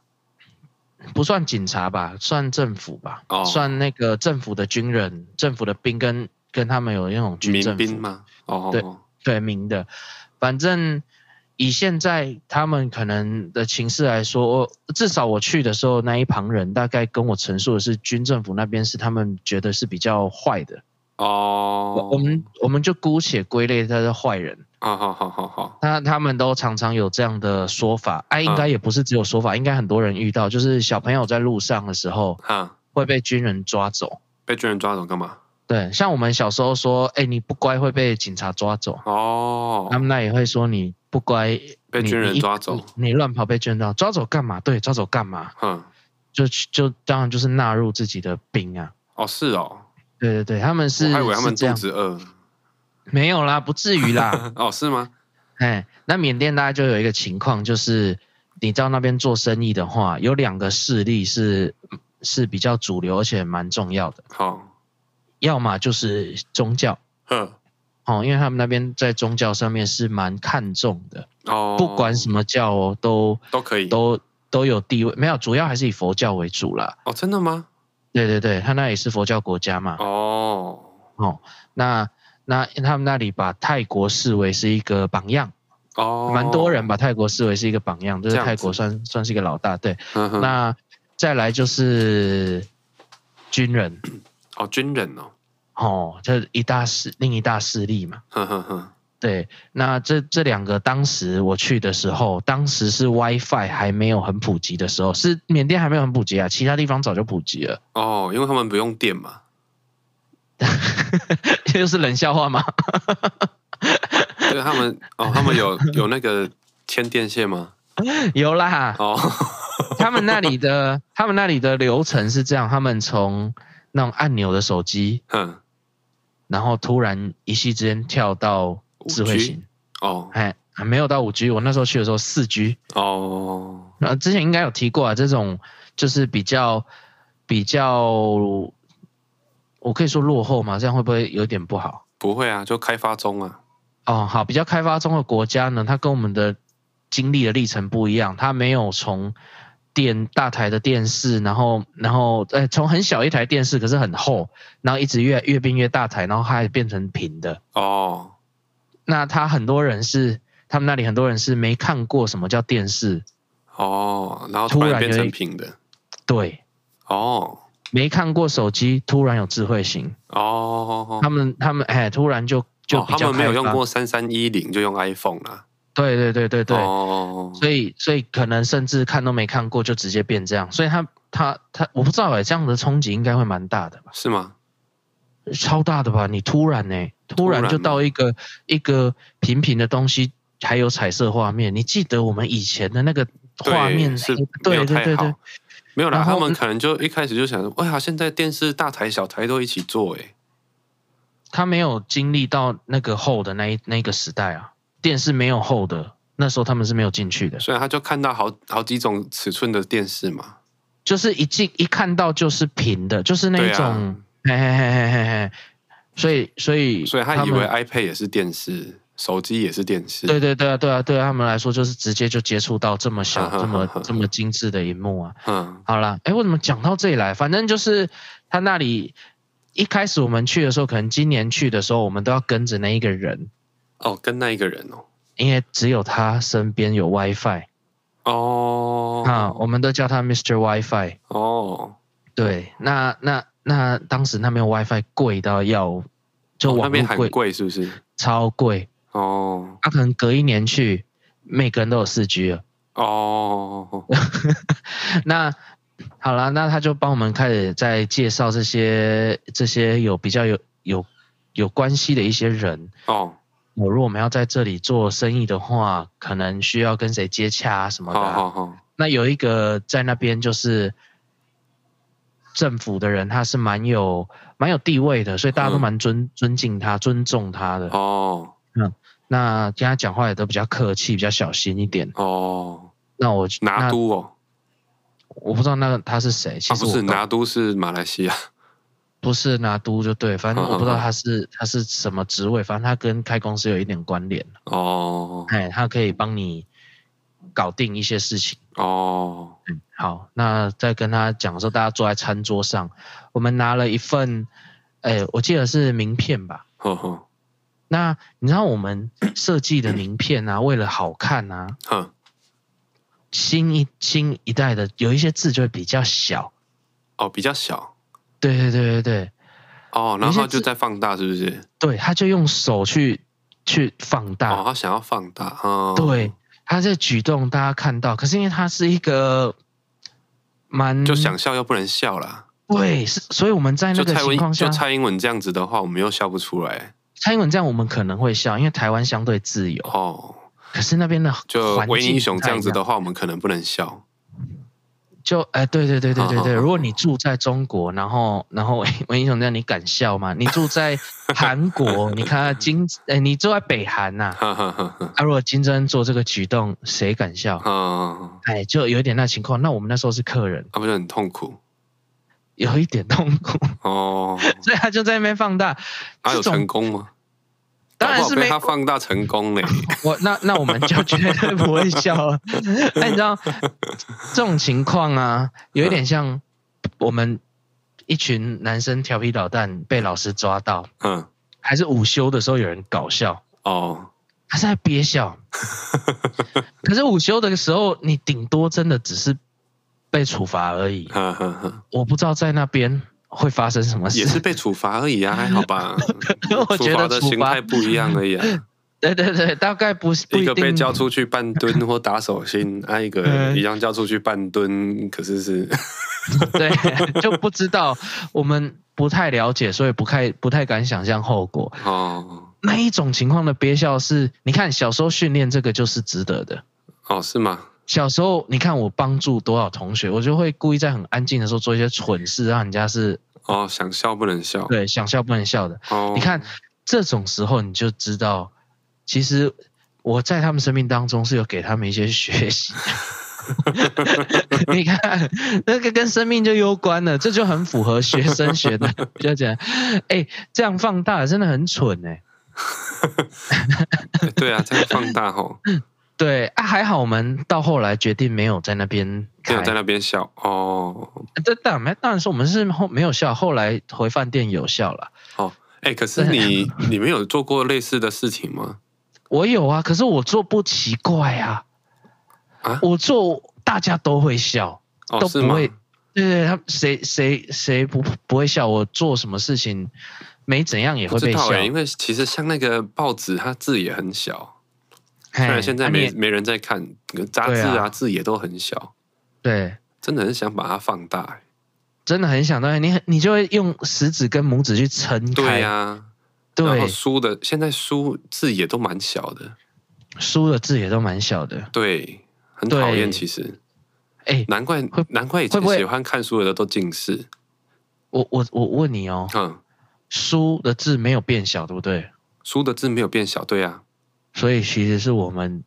Speaker 1: 不算警察吧，算政府吧，
Speaker 2: 哦
Speaker 1: 算那个政府的军人、政府的兵跟跟他们有那种军
Speaker 2: 民
Speaker 1: 政府
Speaker 2: 兵吗？哦，
Speaker 1: 对
Speaker 2: 哦
Speaker 1: 对明的，反正以现在他们可能的情势来说，我至少我去的时候，那一旁人大概跟我陈述的是，军政府那边是他们觉得是比较坏的，
Speaker 2: 哦，
Speaker 1: 我们我们就姑且归类他是坏人。
Speaker 2: 好好好好好，
Speaker 1: 那他们都常常有这样的说法，哎、应
Speaker 2: 嗯
Speaker 1: 该也不是只有说法，应该很多人遇到，就是小朋友在路上的时候
Speaker 2: 哈，
Speaker 1: 会被军人抓走。
Speaker 2: 被军人抓走干嘛？
Speaker 1: 对，像我们小时候说，哎、你不乖会被警察抓走，
Speaker 2: 哦
Speaker 1: 他，们那也会说你不乖
Speaker 2: 被军人
Speaker 1: 你
Speaker 2: 抓走，
Speaker 1: 你，你乱跑被军人抓抓走干嘛？对，抓走干嘛？
Speaker 2: 哼，
Speaker 1: 就就当然就是纳入自己的兵啊。
Speaker 2: 哦，是哦，
Speaker 1: 对对对，他们是
Speaker 2: 我还以为他们
Speaker 1: 是这
Speaker 2: 肚
Speaker 1: 样，
Speaker 2: 子饿，
Speaker 1: 没有啦，不至于 啦。
Speaker 2: 哦，是吗？
Speaker 1: 哎，那缅甸大家就有一个情况，就是你到那边做生意的话，有两个势力是是比较主流而且蛮重要的，
Speaker 2: 好，
Speaker 1: 要么就是宗教
Speaker 2: 哦呵，
Speaker 1: 哦，因为他们那边在宗教上面是蛮看重的，
Speaker 2: 哦，
Speaker 1: 不管什么教哦，都
Speaker 2: 都可以，
Speaker 1: 都都有地位，没有，主要还是以佛教为主啦。
Speaker 2: 哦，真的吗？
Speaker 1: 对对对，他那里是佛教国家嘛，
Speaker 2: 哦，
Speaker 1: 哦，那那他们那里把泰国视为是一个榜样，
Speaker 2: 哦，
Speaker 1: 蛮多人把泰国视为是一个榜样，就是
Speaker 2: 这样子嗯
Speaker 1: 泰国算算是一个老大，对。
Speaker 2: 呵呵，
Speaker 1: 那再来就是军人，
Speaker 2: 哦，军人哦，
Speaker 1: 哦，这一大势另一大势力嘛。
Speaker 2: 呵呵呵，
Speaker 1: 对，那这这两个当时我去的时候，当时是 WiFi 还没有很普及的时候，是缅甸还没有很普及啊，其他地方早就普及了，
Speaker 2: 哦，因为他们不用电嘛，
Speaker 1: 这就是冷笑话嘛。
Speaker 2: 对，他们，哦，他们有有那个牵电线吗？
Speaker 1: 有啦，
Speaker 2: 哦，
Speaker 1: 他们那里的他们那里的流程是这样，他们从那种按钮的手机，
Speaker 2: 哼，
Speaker 1: 然后突然一夕之间跳到智慧
Speaker 2: 5G
Speaker 1: 型，
Speaker 2: 哦，
Speaker 1: 哎，还没有到五 G，我那时候去的时候四 G，
Speaker 2: 哦，
Speaker 1: 那之前应该有提过啊，这种就是比较比较，我可以说落后嘛，这样会不会有点不好？
Speaker 2: 不会啊，就开发中啊，
Speaker 1: 哦，好，比较开发中的国家呢，它跟我们的经历的历程不一样，它没有从电大台的电视，然后然后呃从很小一台电视，可是很厚，然后一直越越变越大台，然后它还变成平的。
Speaker 2: 哦，
Speaker 1: 那他很多人是他们那里很多人是没看过什么叫电视，
Speaker 2: 哦，然后
Speaker 1: 突
Speaker 2: 突然
Speaker 1: 然
Speaker 2: 变
Speaker 1: 有
Speaker 2: 成
Speaker 1: 一
Speaker 2: 平的，
Speaker 1: 对，
Speaker 2: 哦，
Speaker 1: 没看过手机，突然有智慧型，
Speaker 2: 哦，
Speaker 1: 他们他们哎，突然就就
Speaker 2: 哦
Speaker 1: 比
Speaker 2: 他
Speaker 1: 较、
Speaker 2: 们没有用，过三三一零，就用 iPhone 啦，
Speaker 1: 对对对对对，
Speaker 2: 哦，
Speaker 1: 所以所以可能甚至看都没看过就直接变这样，所以他他他，我不知道哎、这样的冲击应该会蛮大的吧，
Speaker 2: 是吗？
Speaker 1: 超大的吧？你突然呢、欸突
Speaker 2: 突
Speaker 1: 然
Speaker 2: 然
Speaker 1: 就
Speaker 2: 吗
Speaker 1: 到一个一个平平的东西，还有彩色画面，你记得我们以前的那个画面哎
Speaker 2: 对是没
Speaker 1: 对
Speaker 2: 有
Speaker 1: 对
Speaker 2: 太
Speaker 1: 对
Speaker 2: 好
Speaker 1: 对，，
Speaker 2: 没有啦，
Speaker 1: 然后嗯
Speaker 2: 他们可能就一开始就想说，哎呀，现在电视大台小台都一起做，哎，
Speaker 1: 他没有经历到那个厚的那一那个时代啊，电视没有厚的，那时候他们是没有进去的。
Speaker 2: 所以他就看到好好几种尺寸的电视嘛，
Speaker 1: 就是一进一看到就是平的，就是那
Speaker 2: 对
Speaker 1: 一
Speaker 2: 啊
Speaker 1: 种，，嘿嘿嘿嘿嘿嘿，所以所以
Speaker 2: 所以他以
Speaker 1: 们
Speaker 2: 为 iPad 也是电视，手机也是电视，
Speaker 1: 对对对啊对啊对啊，他们来说就是直接就接触到这么小、这么这么精致的荧幕啊。
Speaker 2: 嗯，
Speaker 1: 好啦，哎，我怎么讲到这里来？反正就是他那里一开始我们去的时候，可能今年去的时候，我们都要跟着那一个人，
Speaker 2: 哦，跟那一个人哦，
Speaker 1: 因为只有他身边有 WiFi
Speaker 2: 哦，
Speaker 1: 啊，我们都叫他 Mr. WiFi。
Speaker 2: 哦，
Speaker 1: 对，那那那当时那边 WiFi 贵到要，就
Speaker 2: 哦那
Speaker 1: 网
Speaker 2: 边
Speaker 1: 络
Speaker 2: 很
Speaker 1: 贵，
Speaker 2: 贵是不是？
Speaker 1: 超贵。
Speaker 2: 哦，
Speaker 1: 他、可能隔一年去，每个人都有四 G 了。
Speaker 2: 哦，
Speaker 1: 那好啦，那他就帮我们开始在介绍这些这些有比较有有有关系的一些人。
Speaker 2: 哦，
Speaker 1: 我如果我们要在这里做生意的话，可能需要跟谁接洽啊什么的啊、
Speaker 2: 哦好好好，
Speaker 1: 那有一个在那边就是政府的人，他是蛮有蛮有地位的，所以大家都
Speaker 2: 嗯
Speaker 1: 蛮尊、尊敬他、尊重他的。
Speaker 2: 哦，
Speaker 1: 那跟他讲话也都比较客气、比较小心一点。
Speaker 2: 哦，
Speaker 1: 那我
Speaker 2: 拿
Speaker 1: 那
Speaker 2: 督哦，
Speaker 1: 我不知道那个他是谁，
Speaker 2: 啊，
Speaker 1: 其实
Speaker 2: 不
Speaker 1: 我
Speaker 2: 是
Speaker 1: 不知道
Speaker 2: 拿督是马来西亚，
Speaker 1: 不是拿督就对，反正
Speaker 2: 嗯嗯
Speaker 1: 我不知道
Speaker 2: 嗯
Speaker 1: 他是、他是什么职位，反正他跟开公司有一点关联。
Speaker 2: 哦，
Speaker 1: 哎，他可以帮你搞定一些事情。
Speaker 2: 哦，
Speaker 1: 好，那在跟他讲的时候，大家坐在餐桌上，我们拿了一份，哎、我记得是名片吧。
Speaker 2: 呵呵，
Speaker 1: 那你知道我们设计的名片啊，为了好看啊，
Speaker 2: 哼，
Speaker 1: 新一新一代的有一些字就会比较小。
Speaker 2: 哦，比较小，
Speaker 1: 对对对对对，
Speaker 2: 哦，然
Speaker 1: 有些
Speaker 2: 后他就
Speaker 1: 字
Speaker 2: 在放大，是不是？
Speaker 1: 对，他就用手去去放
Speaker 2: 哦，
Speaker 1: 大，
Speaker 2: 他想要放大，
Speaker 1: 啊
Speaker 2: 嗯，
Speaker 1: 对，他这举动大家看到，可是因为他是一个蛮
Speaker 2: 就想笑又不能笑啦。
Speaker 1: 对，是所以我们在那
Speaker 2: 就
Speaker 1: 个
Speaker 2: 蔡
Speaker 1: 情
Speaker 2: 文
Speaker 1: 况
Speaker 2: 就
Speaker 1: 下，
Speaker 2: 蔡英文这样子的话，我们又笑不出来
Speaker 1: 蔡英文这样我们可能会笑，因为台湾相对自由。
Speaker 2: 哦。
Speaker 1: 可是那边的
Speaker 2: 就
Speaker 1: 环
Speaker 2: 维
Speaker 1: 境
Speaker 2: 尼熊这样子
Speaker 1: 不太一
Speaker 2: 的话，我们可能不能笑。
Speaker 1: 就哎、对对对对对
Speaker 2: 好好
Speaker 1: 对，
Speaker 2: 好
Speaker 1: 如果你住在中国，然后然后 文英雄这样，你敢笑吗？你住在韩国，你看金哎、你住在北韩呐、
Speaker 2: 哈哈哈哈
Speaker 1: 啊，如果金正恩做这个举动，谁敢笑？
Speaker 2: 啊，
Speaker 1: 哎，就有一点那情况。那我们那时候是客人，
Speaker 2: 啊，不是很痛苦
Speaker 1: 有一点痛苦，
Speaker 2: 哦？
Speaker 1: 所以他就在那边 放大。
Speaker 2: 他啊有
Speaker 1: 这种
Speaker 2: 成功吗？
Speaker 1: 当然
Speaker 2: 搞不
Speaker 1: 是
Speaker 2: 好被
Speaker 1: 没
Speaker 2: 他放大成功嘞。
Speaker 1: 我那那我们就绝对不会笑了。 那你知道这种情况啊，有一点像我们一群男生调皮捣蛋被老师抓到，
Speaker 2: 嗯，
Speaker 1: 还是午休的时候有人搞笑，
Speaker 2: 哦，
Speaker 1: 他是在憋 笑。可是午休的时候，你顶多真的只是被处罚而已。
Speaker 2: 哈哈哈，
Speaker 1: 我不知道在那边会发生什么
Speaker 2: 也是
Speaker 1: 事。。
Speaker 2: 被处罚而已啊，还好吧
Speaker 1: 我
Speaker 2: 处
Speaker 1: 觉
Speaker 2: 罚
Speaker 1: 得
Speaker 2: 的
Speaker 1: 处
Speaker 2: 形
Speaker 1: 罚
Speaker 2: 态不一样而已啊。
Speaker 1: 对对对，大概不是 不
Speaker 2: 一
Speaker 1: 一
Speaker 2: 个被
Speaker 1: 定。
Speaker 2: 叫出去半蹲或打手心，啊，一个
Speaker 1: 嗯
Speaker 2: 一样叫出去半蹲，可是是
Speaker 1: 对，就不知道，我们不太了解，所以不太不太敢想象后果。
Speaker 2: 哦
Speaker 1: 那一种情况的憋笑是，你看小时候训练这个就是值得的。
Speaker 2: 哦是吗？
Speaker 1: 小时候你看我帮助多少同学，我就会故意在很安静的时候做一些蠢事，让人家是
Speaker 2: 哦，想笑不能笑。
Speaker 1: 对想笑不能笑的。
Speaker 2: 哦，
Speaker 1: 你看这种时候你就知道，其实我在他们生命当中是有给他们一些学习。 你看，那个跟生命就攸关了，这就很符合学生学的，比较简单。哎、这样放大真的很蠢哎、
Speaker 2: 哎，对啊，这样放 大吼，
Speaker 1: 对啊，还好我们到后来决定没有在那边
Speaker 2: 没
Speaker 1: 开
Speaker 2: 有。在那边笑哦
Speaker 1: 这当然当然是我们是后没有效，后来回饭店有效了。
Speaker 2: 哦。哎，可是
Speaker 1: 啊
Speaker 2: 你你们有做过类似的事情吗？
Speaker 1: 我有啊，可是我做不奇怪啊，
Speaker 2: 啊
Speaker 1: 我做大家都会笑。
Speaker 2: 哦，
Speaker 1: 都
Speaker 2: 是
Speaker 1: 不
Speaker 2: 吗？
Speaker 1: 会，对对，他们谁谁谁不不会笑我做什么事情，没怎样也
Speaker 2: 不
Speaker 1: 会
Speaker 2: 知
Speaker 1: 被
Speaker 2: 道
Speaker 1: 笑。
Speaker 2: 哎，因为其实像那个报纸，它字也很小，
Speaker 1: 嘿
Speaker 2: 虽然现在
Speaker 1: 啊
Speaker 2: 没
Speaker 1: 你
Speaker 2: 没人在看，杂志
Speaker 1: 对
Speaker 2: 啊
Speaker 1: 啊
Speaker 2: 字也都很小，
Speaker 1: 对，
Speaker 2: 真的很想把它放大。哎
Speaker 1: 真的很想到你很，你就会用食指跟拇指去撑
Speaker 2: 对
Speaker 1: 开。
Speaker 2: 呀，然后
Speaker 1: 对，
Speaker 2: 书的现在书字也都蛮小的，
Speaker 1: 书的字也都蛮小的。
Speaker 2: 对，很
Speaker 1: 对
Speaker 2: 讨厌。其实
Speaker 1: 哎，
Speaker 2: 难怪
Speaker 1: 会
Speaker 2: 难怪以
Speaker 1: 会
Speaker 2: 前
Speaker 1: 不会
Speaker 2: 喜欢看书的都近视，
Speaker 1: 我我我问你哦，
Speaker 2: 嗯，
Speaker 1: 书的字没有变小，对不对？
Speaker 2: 书的字没有变小，对啊，
Speaker 1: 所以其实是我们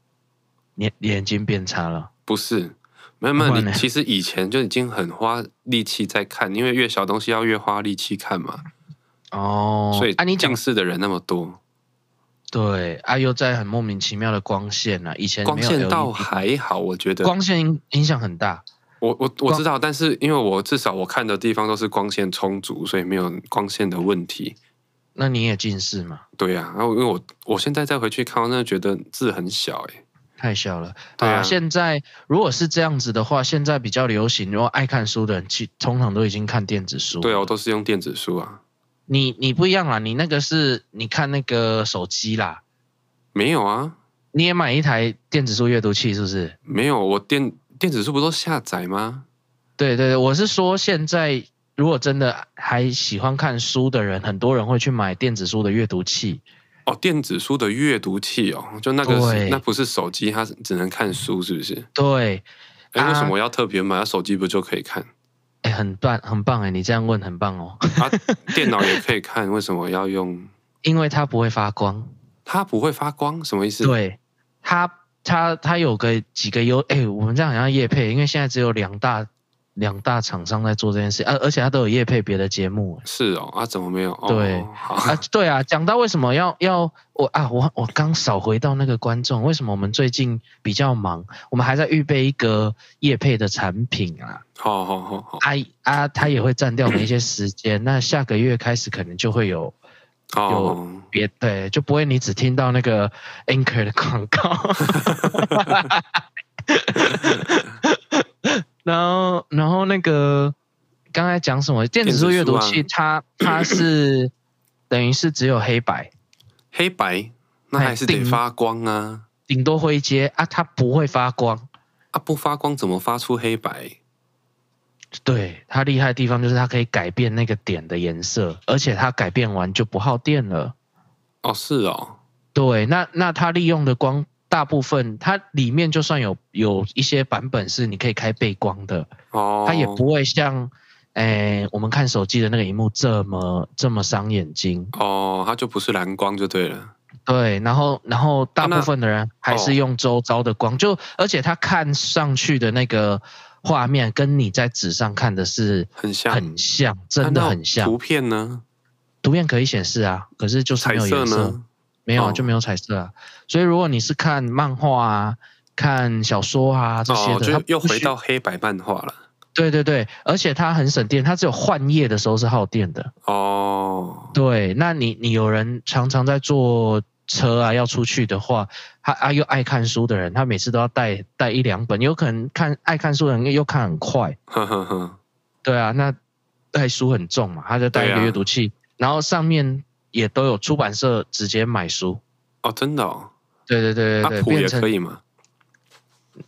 Speaker 1: 眼眼睛变差了。
Speaker 2: 不是，没有没有，
Speaker 1: 不然
Speaker 2: 你
Speaker 1: 呢
Speaker 2: 其实以前就已经很花力气在看，因为越小东西要越花力气看嘛，
Speaker 1: 哦，
Speaker 2: 所以
Speaker 1: 啊，你讲
Speaker 2: 近视的人那么多，
Speaker 1: 对啊，又在很莫名其妙的光线啊，以前
Speaker 2: 光
Speaker 1: 没有
Speaker 2: 线倒
Speaker 1: LED
Speaker 2: 还好，我觉得
Speaker 1: 光线影影响很大。
Speaker 2: 我我我
Speaker 1: 光
Speaker 2: 知道，但是因为我至少我看的地方都是光线充足，所以没有光线的问题。
Speaker 1: 那你也近视嘛？
Speaker 2: 对呀、然后因为我我现在再回去看，我真的觉得字很小哎、
Speaker 1: 太小了。
Speaker 2: 对啊
Speaker 1: 现在如果是这样子的话，现在比较流行，如果爱看书的人，其通常都已经看电子书。
Speaker 2: 对啊，我都是用电子书啊。
Speaker 1: 你你不一样啦，你那个是你看那个手机啦，
Speaker 2: 没有啊，
Speaker 1: 你也买一台电子书阅读器是不是？
Speaker 2: 没有，我电电子书不都下载吗？
Speaker 1: 对对对，我是说现在如果真的还喜欢看书的人，很多人会去买电子书的阅读器。
Speaker 2: 哦，电子书的阅读器哦，就那个是
Speaker 1: 对
Speaker 2: 那不是手机，它是只能看书是不是？
Speaker 1: 对，
Speaker 2: 哎，为什
Speaker 1: 啊
Speaker 2: 么我要特别买？手机不就可 以看
Speaker 1: 哎，很棒很棒哎，你这样问很棒哦，
Speaker 2: 啊？电脑也可以看，为什么要用？
Speaker 1: 因为它不会发光。
Speaker 2: 它不会发光，什么意思？。
Speaker 1: 对，它它它有个几个优，哎、我们这样好像业配，因为现在只有两大两大厂商在做这件事，啊而、而且它都有业配别的节目
Speaker 2: 是哦，啊，怎么没有？哦、
Speaker 1: 对
Speaker 2: 好，
Speaker 1: 啊，对啊，讲到为什么要要我啊，我我刚扫回到那个观众，为什么我们最近比较忙？我们还在预备一个业配的产品啊，
Speaker 2: 好好好好
Speaker 1: 啊啊，它也会占掉我们一些时间。那下个月开始可能就会有
Speaker 2: 哦，
Speaker 1: 别对，就不会你只听到那个 Anchor 的广告。 然后，然后那个刚才讲什么电子书阅啊读器，
Speaker 2: 电
Speaker 1: 它它是等于是只有黑白，
Speaker 2: 黑白那还是得
Speaker 1: 哎定
Speaker 2: 发光啊，
Speaker 1: 顶多灰阶啊，它不会发光。
Speaker 2: 啊，不发光怎么发出黑白？
Speaker 1: 对，它厉害的地方就是它可以改变那个点的颜色，而且它改变完就不耗电了。
Speaker 2: 哦，是哦，
Speaker 1: 对，那那它利用的光大部分它里面就算有有一些版本是你可以开背光的，
Speaker 2: 哦，
Speaker 1: 它也不会像，诶、我们看手机的那个荧幕这么这么伤眼睛。
Speaker 2: 哦，它就不是蓝光就对了。
Speaker 1: 对，然后然后大
Speaker 2: 啊那
Speaker 1: 部分的人还
Speaker 2: 哦
Speaker 1: 是用周遭的光，就而且它看上去的那个画面跟你在纸上看的是
Speaker 2: 很像，
Speaker 1: 很像，
Speaker 2: 那
Speaker 1: 真的
Speaker 2: 啊那
Speaker 1: 很
Speaker 2: 图
Speaker 1: 像。
Speaker 2: 片呢？
Speaker 1: 图片可以显示啊，可是就是没
Speaker 2: 彩
Speaker 1: 有
Speaker 2: 色
Speaker 1: 颜色。
Speaker 2: 呢？
Speaker 1: 没有啊，
Speaker 2: 哦
Speaker 1: 就没有彩色啊。所以如果你是看漫画啊、看小说啊这些
Speaker 2: 哦，
Speaker 1: 的，
Speaker 2: 就
Speaker 1: 它
Speaker 2: 又
Speaker 1: 不
Speaker 2: 回
Speaker 1: 需
Speaker 2: 到黑白漫画了。
Speaker 1: 对对对，而且它很省电，它只有换页的时候是耗电的。
Speaker 2: 嗯哦，
Speaker 1: 对，那你你有人常常在坐车啊要出去的话，他啊又爱看书的人，他每次都要带带一两本，有可能看爱看书的人又看很快，
Speaker 2: 呵呵呵，
Speaker 1: 对啊，那带书很重嘛，他就带一
Speaker 2: 对
Speaker 1: 个
Speaker 2: 啊
Speaker 1: 阅读器，然后上面也都有出版社直接买书。
Speaker 2: 哦，真的哦，
Speaker 1: 对对对
Speaker 2: 阿
Speaker 1: 对对，
Speaker 2: 普
Speaker 1: 变
Speaker 2: 也
Speaker 1: 成
Speaker 2: 可以嘛？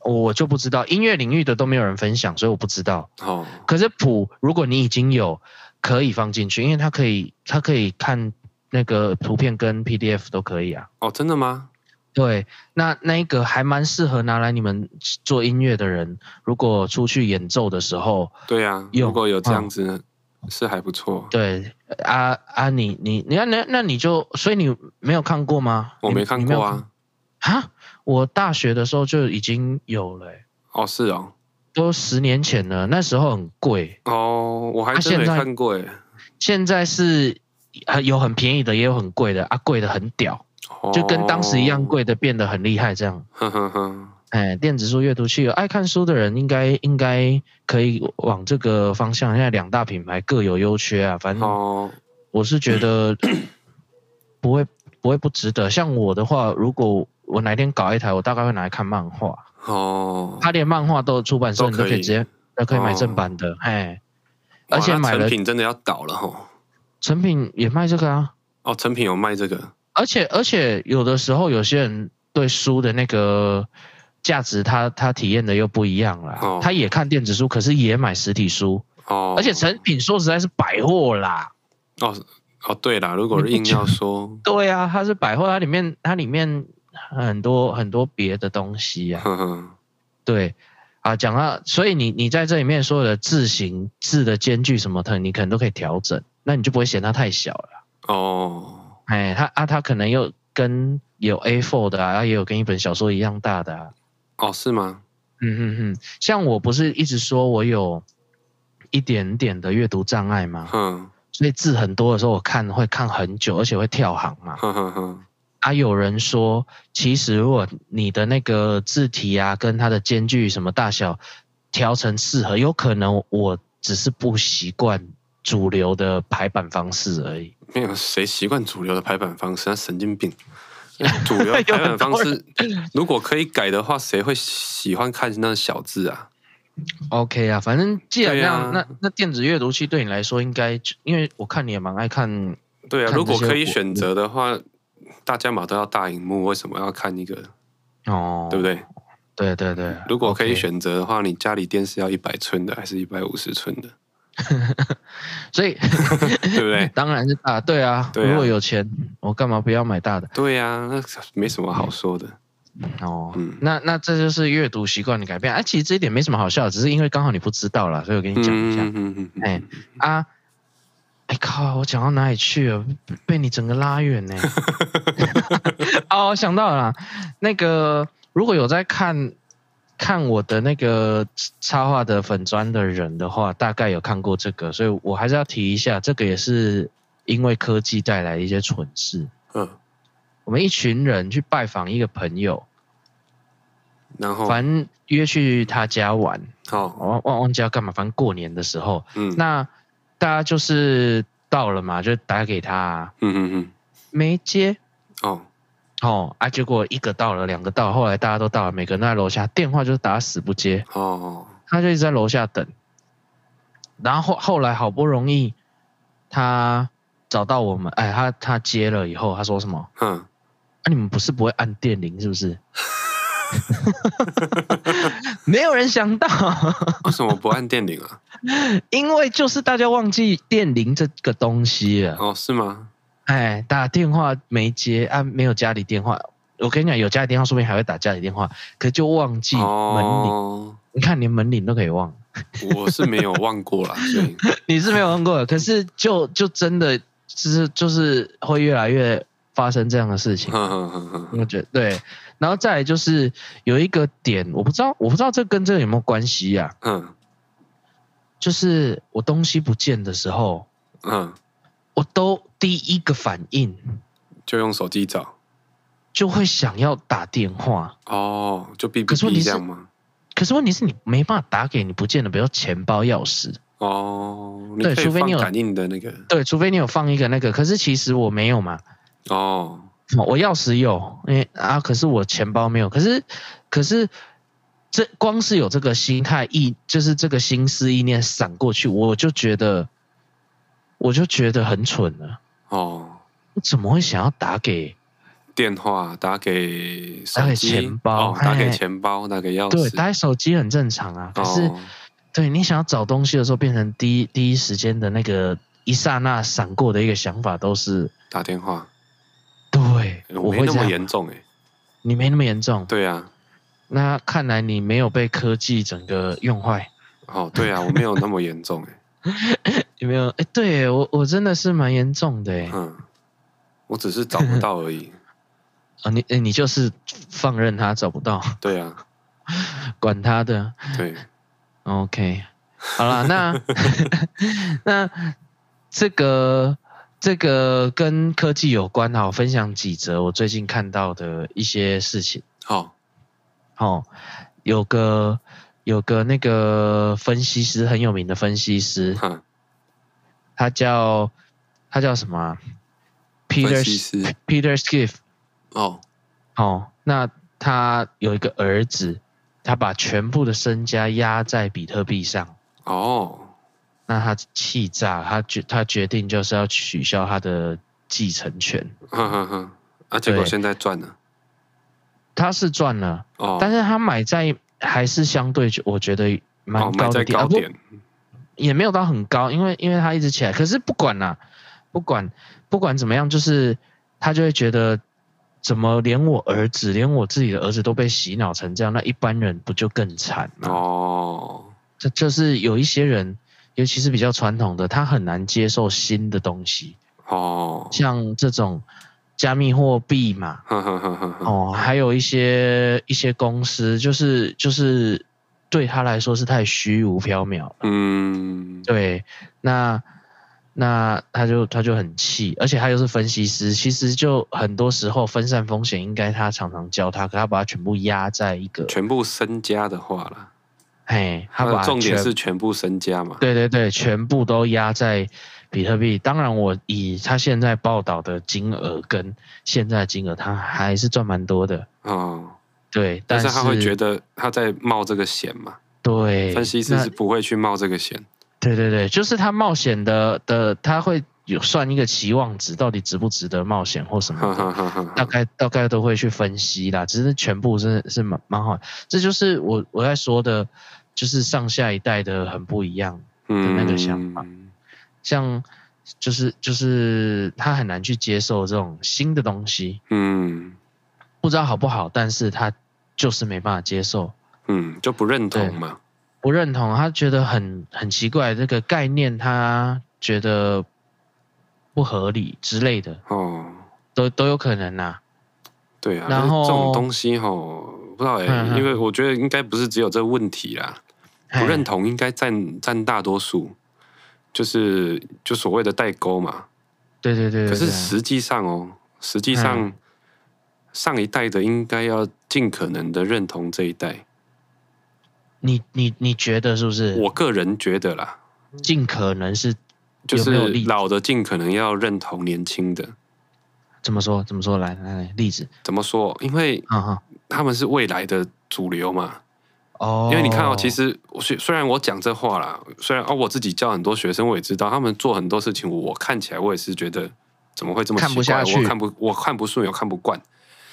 Speaker 1: 我就不知道音乐领域的都没有人分享，所以我不知道。
Speaker 2: 哦，
Speaker 1: 可是谱，如果你已经有，可以放进去，因为它可以，它可以看那个图片跟 PDF 都可以啊。
Speaker 2: 哦，真的吗？
Speaker 1: 对，那那一个还蛮适合拿来你们做音乐的人，如果出去演奏的时候，
Speaker 2: 对啊，
Speaker 1: 有嗯
Speaker 2: 如果有这样子，是还不错。
Speaker 1: 对啊啊你，你你看那那你就，所以你没有看过吗？
Speaker 2: 我
Speaker 1: 你
Speaker 2: 没看过。
Speaker 1: 你有
Speaker 2: 啊。
Speaker 1: 啊，我大学的时候就已经有了欸、
Speaker 2: 哦，是哦，
Speaker 1: 都十年前了，那时候很贵。
Speaker 2: 哦，我还
Speaker 1: 啊
Speaker 2: 真没
Speaker 1: 现在
Speaker 2: 看过诶。
Speaker 1: 现在是呃有很便宜的，也有很贵的啊，贵的很屌，
Speaker 2: 哦
Speaker 1: 就跟当时一样。贵的变得很厉害这样。
Speaker 2: 呵呵呵，
Speaker 1: 哎，电子书阅读器有爱看书的人应该应该可以往这个方向。现在两大品牌各有优缺啊，反正
Speaker 2: 哦，
Speaker 1: 我是觉 得不会不会不值得。像我的话，如果我哪天搞一台，我大概会拿来看漫画。
Speaker 2: 哦，
Speaker 1: 它连漫画都有出版社，
Speaker 2: 都
Speaker 1: 你
Speaker 2: 可
Speaker 1: 都
Speaker 2: 以
Speaker 1: 可以直接都可以买
Speaker 2: 哦
Speaker 1: 正版的，哎，
Speaker 2: 哇
Speaker 1: 而且
Speaker 2: 那
Speaker 1: 买
Speaker 2: 成
Speaker 1: 了
Speaker 2: 品真的要倒了吼。
Speaker 1: 成品也卖这个啊。
Speaker 2: 哦，成品有卖这个
Speaker 1: 而且而且有的时候有些人对书的那个价值他，他体验的又不一样啦。
Speaker 2: 哦
Speaker 1: 他也看电子书，可是也买实体书，
Speaker 2: 哦，
Speaker 1: 而且成品说实在是百货啦。
Speaker 2: 哦哦，对啦，如果
Speaker 1: 你不
Speaker 2: 硬
Speaker 1: 觉
Speaker 2: 要说，
Speaker 1: 对啊，它是百货，它里面它里面很多很多别的东西呀、啊。
Speaker 2: 呵呵，
Speaker 1: 对啊，讲到所以你你在这里面所有的字形字的间距什么的，你可能都可以调整，那你就不会嫌它太小了。
Speaker 2: 哦，
Speaker 1: 哎，它啊，它可能又跟有 A4 的啊，也有跟一本小说一样大的啊。
Speaker 2: 哦，是吗？
Speaker 1: 嗯嗯嗯，像我不是一直说我有一点点的阅读障碍吗？
Speaker 2: 哼
Speaker 1: 所以字很多的时候，我看会看很久，而且会跳行嘛。
Speaker 2: 哼哼哼，
Speaker 1: 啊，有人说，其实如果你的那个字体啊，跟它的间距什么大小调成适合，有可能我只是不习惯主流的排版方式而已。
Speaker 2: 没有谁习惯主流的排版方式，那神经病。主流
Speaker 1: 有
Speaker 2: 排版
Speaker 1: 很多
Speaker 2: 方式，如果可以改的话，谁会喜欢看那小字啊？
Speaker 1: OK 啊，反正既然那样，
Speaker 2: 对啊
Speaker 1: 那那电子阅读器对你来说应该就，因为我看你也蛮爱看
Speaker 2: 对啊，
Speaker 1: 看
Speaker 2: 如果
Speaker 1: 这些
Speaker 2: 可以
Speaker 1: 我
Speaker 2: 选择的话，大家嘛都要大荧幕，为什么要看一个？
Speaker 1: 哦，
Speaker 2: 对不对？
Speaker 1: 对对对，
Speaker 2: 如果可以
Speaker 1: OK
Speaker 2: 选择的话，你家里电视要一百寸的还是一百五十寸的？
Speaker 1: 所 以
Speaker 2: 对不对？
Speaker 1: 当然是大，对啊。
Speaker 2: 对啊
Speaker 1: 如果有钱，我干嘛不要买大的？
Speaker 2: 对呀、那没什么好说的。
Speaker 1: 哦，
Speaker 2: 嗯
Speaker 1: 那那这就是阅读习惯的改变。哎、其实这一点没什么好笑的，只是因为刚好你不知道啦，所以我跟你讲一下、
Speaker 2: 嗯嗯嗯
Speaker 1: 哎啊。哎靠！我讲到哪里去了？被被你整个拉远呢、 哦，我想到了啦，那个如果有在看看我的那个插画的粉砖的人的话，大概有看过这个，所以我还是要提一下，这个也是因为科技带来的一些蠢事。
Speaker 2: 嗯，
Speaker 1: 我们一群人去拜访一个朋友，
Speaker 2: 然后
Speaker 1: 反正约去他家玩，
Speaker 2: 好，
Speaker 1: 我忘忘忘记要干嘛，反正过年的时候，
Speaker 2: 嗯，
Speaker 1: 那大家就是到了嘛，就打给他、
Speaker 2: 嗯嗯嗯，
Speaker 1: 没接。
Speaker 2: 哦，
Speaker 1: 哦啊！结果一个到了，两个到了，后来大家都到了，每个人都在楼下，电话就是打死不接，
Speaker 2: 哦，
Speaker 1: 他就一直在楼下等。然后后来好不容易他找到我们，哎，他他接了以后，他说什么？
Speaker 2: 嗯，
Speaker 1: 啊，你们不是不会按电铃是不是？ 没有人想到，
Speaker 2: 为什么不按电铃啊？
Speaker 1: 因为就是大家忘记电铃这个东西了。
Speaker 2: 哦，是吗？
Speaker 1: 哎，打电话没接啊，没有家里电话，我跟你讲，有家里电话，说不定还会打家里电话，可就忘记门铃。
Speaker 2: 哦，
Speaker 1: 你看，连门铃都可以忘，
Speaker 2: 我是没有忘过啦，所以
Speaker 1: 你是没有问过的。可是就就真的就是就是会越来越发生这样的事情。
Speaker 2: 哼哼哼哼
Speaker 1: 我觉得对，然后再来就是有一个点，我不知道我不知道这跟这个有没有关系啊呀、
Speaker 2: 哼
Speaker 1: 就是我东西不见的时候，
Speaker 2: 嗯，
Speaker 1: 我都第一个反应
Speaker 2: 就用手机找
Speaker 1: 就会想要打电话。
Speaker 2: 哦，就 B
Speaker 1: 可
Speaker 2: B
Speaker 1: 是问题
Speaker 2: B
Speaker 1: 是
Speaker 2: 这样吗？
Speaker 1: 可是问题是你没办法打给你不见的，比如钱包、钥匙，
Speaker 2: 哦，你
Speaker 1: 对
Speaker 2: 可以
Speaker 1: 除非
Speaker 2: 放
Speaker 1: 你有
Speaker 2: 感应的那个
Speaker 1: 对，除非你有放一个那个。可是其实我没有嘛，
Speaker 2: 哦，
Speaker 1: 哦我钥匙有，因为啊，可是我钱包没有。可是，可是这光是有这个心态意，就是这个心思意念闪过去，我就觉得，我就觉得很蠢了。
Speaker 2: 哦，
Speaker 1: 我怎么会想要打给
Speaker 2: 电话打给手
Speaker 1: 打给
Speaker 2: 机
Speaker 1: 钱包
Speaker 2: 哦，打给
Speaker 1: 哎
Speaker 2: 钱包，打给钥匙，
Speaker 1: 对打给手机很正常啊？可是、
Speaker 2: 哦，
Speaker 1: 对你想要找东西的时候，变成第一第一时间的那个一刹那闪过的一个想法都是
Speaker 2: 打电话，
Speaker 1: 对，
Speaker 2: 哎
Speaker 1: 我
Speaker 2: 没
Speaker 1: 会这
Speaker 2: 那么
Speaker 1: 样。
Speaker 2: 严重哎，
Speaker 1: 你没那么严重，
Speaker 2: 对啊，
Speaker 1: 那看来你没有被科技整个用坏。
Speaker 2: 哦，对啊，我没有那么严重哎，
Speaker 1: 有没有？哎、对耶我我真的是蛮严重的哎、
Speaker 2: 嗯，我只是找不到而已，
Speaker 1: 啊，你诶你就是放任他找不到，
Speaker 2: 对啊，
Speaker 1: 管他的。
Speaker 2: 对，
Speaker 1: OK，好啦，那 那这个这个跟科技有关哈，我分享几则我最近看到的一些事情。
Speaker 2: 好，
Speaker 1: 哦，有个有个那个分析师很有名的分析师，
Speaker 2: 哈，
Speaker 1: 他叫他叫什么啊、p e t e r
Speaker 2: 分析师
Speaker 1: Peter Schiff。
Speaker 2: 哦，
Speaker 1: 哦，那他有一个儿子，他把全部的身家压在比特币上，
Speaker 2: 哦，
Speaker 1: 那他气炸了，他决他决定就是要取消他的继承权。
Speaker 2: 哈哈哈，啊，结果
Speaker 1: 对
Speaker 2: 现在赚了，
Speaker 1: 他是赚了，
Speaker 2: 哦，
Speaker 1: 但是他买在还是相对我觉得蛮
Speaker 2: 哦，买
Speaker 1: 高
Speaker 2: 在
Speaker 1: 的
Speaker 2: 高
Speaker 1: 啊、
Speaker 2: 点，
Speaker 1: 不也没有到很高，因为因为他一直起来，可是不管啦、不管不管怎么样，就是他就会觉得。怎么连我儿子，连我自己的儿子都被洗脑成这样？那一般人啊不就更惨吗？
Speaker 2: 哦，
Speaker 1: 这就是有一些人，尤其是比较传统的，他很难接受新的东西，
Speaker 2: 哦，
Speaker 1: 像这种加密货币嘛，
Speaker 2: 哈哈哈哈哈，
Speaker 1: 哦，还有一些一些公司，就是就是对他来说是太虚无缥缈了。
Speaker 2: 嗯，
Speaker 1: 对，那那他就他就很气，而且他又是分析师，其实就很多时候分散风险应该他常常教他，可他把它全部压在一个，
Speaker 2: 全部身家的话啦，
Speaker 1: 嘿，他
Speaker 2: 它
Speaker 1: 把
Speaker 2: 的重点
Speaker 1: 全
Speaker 2: 是全部身家嘛，
Speaker 1: 对对对，全部都压在比特币。当然，我以他现在报道的金额跟现在的金额，他还是赚蛮多的。
Speaker 2: 哦，
Speaker 1: 对，
Speaker 2: 但
Speaker 1: 是
Speaker 2: 是他会觉
Speaker 1: 得
Speaker 2: 得他在冒这个险嘛，
Speaker 1: 对
Speaker 2: 分析师
Speaker 1: 那
Speaker 2: 是不会去冒这个险，
Speaker 1: 对对对，就是他冒险的的，他会有算一个期望值，到底值不值得冒险或什
Speaker 2: 哈
Speaker 1: 么的。
Speaker 2: 哈哈哈
Speaker 1: 大
Speaker 2: 哈，
Speaker 1: 概大概都会去分析啦，只是全部真的是蛮蛮好的，这就是我我在说的，就是上下一代的很不一样。
Speaker 2: 嗯
Speaker 1: 那个想法像就是就是他很难去接受这种新的东西，
Speaker 2: 嗯
Speaker 1: 不知道好不好，但是他就是没办法接受，
Speaker 2: 嗯，就不认同
Speaker 1: 对
Speaker 2: 嘛，
Speaker 1: 不认同，他觉得很很奇怪，这个概念他觉得不合理之类的，
Speaker 2: 哦，
Speaker 1: 都都有可能呐、
Speaker 2: 对啊，
Speaker 1: 然
Speaker 2: 但是这种
Speaker 1: 后
Speaker 2: 东西吼，不知道哎、
Speaker 1: 嗯嗯
Speaker 2: 因为我觉得应该不是只有这问题啦，
Speaker 1: 嘿
Speaker 2: 不认同应该占占大多数，就是就所谓的代沟嘛。
Speaker 1: 对对对对
Speaker 2: 可是
Speaker 1: 对啊嗯
Speaker 2: 实际上哦，实际上、上一代的应该要尽可能的认同这一代，
Speaker 1: 你你你觉得是不是？
Speaker 2: 我个人觉得啦，
Speaker 1: 尽可能是
Speaker 2: 就
Speaker 1: 有没有
Speaker 2: 是
Speaker 1: 例子
Speaker 2: 老的尽可能要认同年轻的。
Speaker 1: 怎么说？怎么说？来来来，例子，
Speaker 2: 怎么说？因为
Speaker 1: 哈哈，
Speaker 2: 他们是未来的主流嘛，
Speaker 1: 哦，
Speaker 2: 因为你看哦，其实我虽虽然我讲这话啦，虽然哦我自己教很多学生，我也知道他们做很多事情，我看起来我也是觉得怎么会这么
Speaker 1: 看
Speaker 2: 奇
Speaker 1: 不
Speaker 2: 怪，
Speaker 1: 下去啊
Speaker 2: 我看不我看不顺，我看不惯。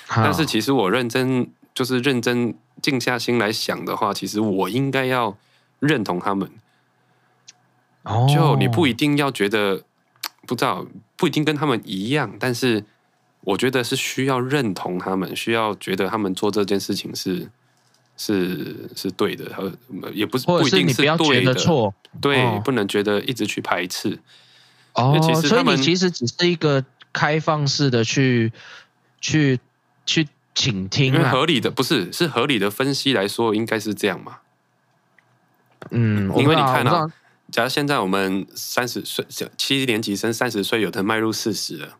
Speaker 1: 哈，
Speaker 2: 但是其实我认真就是认真静下心来想的话，其实我应该要认同他们。
Speaker 1: 哦
Speaker 2: 就你不一定要觉得不知道，不一定跟他们一样，但是我觉得是需要认同他们，需要觉得他们做这件事情是是是对的，和也不是
Speaker 1: 哦或者
Speaker 2: 不一
Speaker 1: 是
Speaker 2: 定
Speaker 1: 你
Speaker 2: 是
Speaker 1: 不要觉
Speaker 2: 对
Speaker 1: 得
Speaker 2: 的，
Speaker 1: 错
Speaker 2: 对，
Speaker 1: 哦
Speaker 2: 不能觉得一直去排斥，
Speaker 1: 哦
Speaker 2: 因为其，实
Speaker 1: 所以
Speaker 2: 他们
Speaker 1: 你其实只是一个开放式的去去去倾听
Speaker 2: 因为
Speaker 1: 啊。
Speaker 2: 合理的不是是合理的分析来说，应该是这样嘛。
Speaker 1: 嗯，我
Speaker 2: 因
Speaker 1: 不
Speaker 2: 为
Speaker 1: 知
Speaker 2: 你
Speaker 1: 道
Speaker 2: 看
Speaker 1: 我不知
Speaker 2: 啊
Speaker 1: 道
Speaker 2: 假如现在我们三十岁，七年级生三十岁，有的迈入四十了，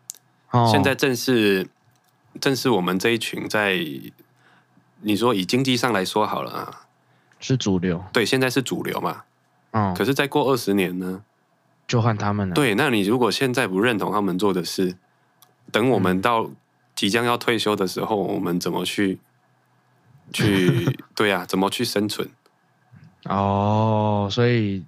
Speaker 1: 哦，
Speaker 2: 现在正是正是我们这一群在你说以经济上来说好了啊，
Speaker 1: 是主流，
Speaker 2: 对，现在是主流嘛。
Speaker 1: 嗯，
Speaker 2: 可是再过二十年呢？
Speaker 1: 就换他们了。
Speaker 2: 对，那你如果现在不认同他们做的事，等我们到即将要退休的时候，我们怎么去 去对啊？怎么去生存？
Speaker 1: 哦，所以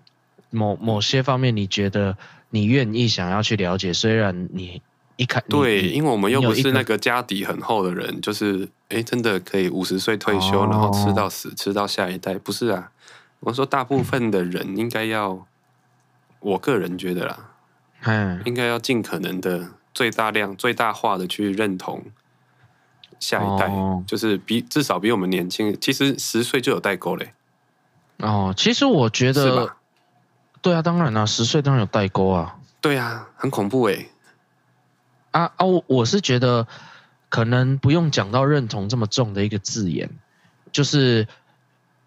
Speaker 1: 某某些方面，你觉得你愿意想要去了解，虽然你一开你
Speaker 2: 对，
Speaker 1: 你
Speaker 2: 因为我们又
Speaker 1: 你有
Speaker 2: 不
Speaker 1: 一
Speaker 2: 是
Speaker 1: 个
Speaker 2: 那个家底很厚的人，就是诶，真的可以五十岁退
Speaker 1: 哦
Speaker 2: 休，然后吃到死，吃到下一代，不是啊？我说大部分的人应该要，我个人觉得啦，
Speaker 1: 嗯，
Speaker 2: 应该要尽可能的最大量、最大化的去认同下一代，
Speaker 1: 哦
Speaker 2: 就是比至少比我们年轻，其实十岁就有代沟嘞，
Speaker 1: 哦，其实我觉
Speaker 2: 是
Speaker 1: 得
Speaker 2: 吧？
Speaker 1: 对啊，当然啦、十岁当然有代沟啊。
Speaker 2: 对啊，很恐怖诶。
Speaker 1: 啊啊，我我是觉得可能不用讲到认同这么重的一个字眼，就是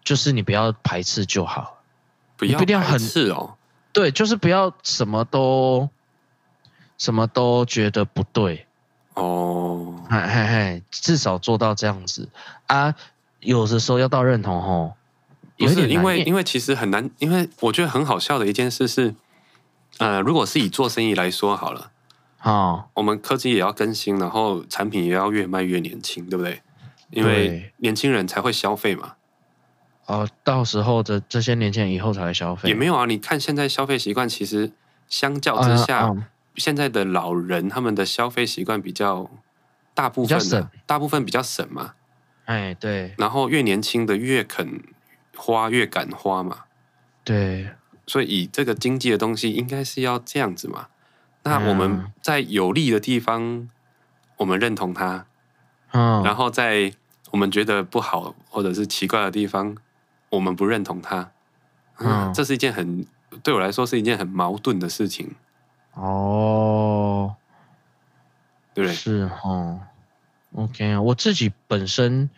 Speaker 1: 就是你不要排斥就好。
Speaker 2: 不
Speaker 1: 你
Speaker 2: 要
Speaker 1: 不一定要
Speaker 2: 排
Speaker 1: 很
Speaker 2: 斥哦，
Speaker 1: 对，就是不要什么都什么都觉得不对。
Speaker 2: 哦，
Speaker 1: 嘿嘿嘿，至少做到这样子啊。有的时候要到认同吼，
Speaker 2: 不
Speaker 1: 有一
Speaker 2: 是
Speaker 1: 点
Speaker 2: 因为
Speaker 1: 为
Speaker 2: 因为其实很难，因为我觉得很好笑的一件事是，呃，如果是以做生意来说好了，
Speaker 1: 哦，
Speaker 2: 我们科技也要更新，然后产品也要越卖越年轻，对不对？因
Speaker 1: 对
Speaker 2: 为年轻人才会消费嘛，
Speaker 1: 哦，到时候的这些年轻人以后才来消费，
Speaker 2: 也没有啊。你看现在消费习惯，其实相较
Speaker 1: 啊
Speaker 2: 之下，
Speaker 1: 嗯
Speaker 2: 现在的老人他们的消费习惯比较大部分、
Speaker 1: 比较省
Speaker 2: 啊，大部分比较省嘛，
Speaker 1: 哎，对
Speaker 2: 然后越年轻的越肯花，越敢花嘛。
Speaker 1: 对，
Speaker 2: 所以以这个经济的东西，应该是要这样子嘛。那我们
Speaker 1: 嗯
Speaker 2: 在有利的地方，我们认同它；
Speaker 1: 嗯，
Speaker 2: 然后在我们觉得不好或者是奇怪的地方，我们不认同它。嗯
Speaker 1: 嗯，
Speaker 2: 这是一件很对我来说是一件很矛盾的事情，
Speaker 1: 哦，
Speaker 2: 对不对？
Speaker 1: 是哦，OK，我自己本身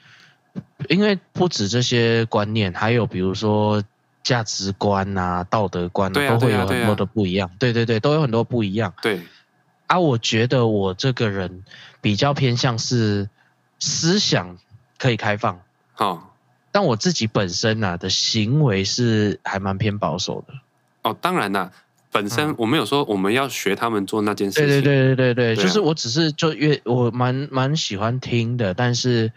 Speaker 1: 因为不止这些观念，还有比如说价值观啊、道德观
Speaker 2: 对啊
Speaker 1: 都会
Speaker 2: 对啊
Speaker 1: 有
Speaker 2: 对
Speaker 1: 很
Speaker 2: 啊
Speaker 1: 多的不一样，对对对，都有很多不一样。
Speaker 2: 对，
Speaker 1: 啊，我觉得我这个人比较偏向是思想可以开放，
Speaker 2: 哦
Speaker 1: 但我自己本身啊的行为是还蛮偏保守的。
Speaker 2: 哦，当然啦，本身
Speaker 1: 嗯
Speaker 2: 我没有说我们要学他们做那件事
Speaker 1: 对
Speaker 2: 情，
Speaker 1: 对对对对对，
Speaker 2: 对啊
Speaker 1: 就是我只是就越我蛮蛮喜欢听的，但是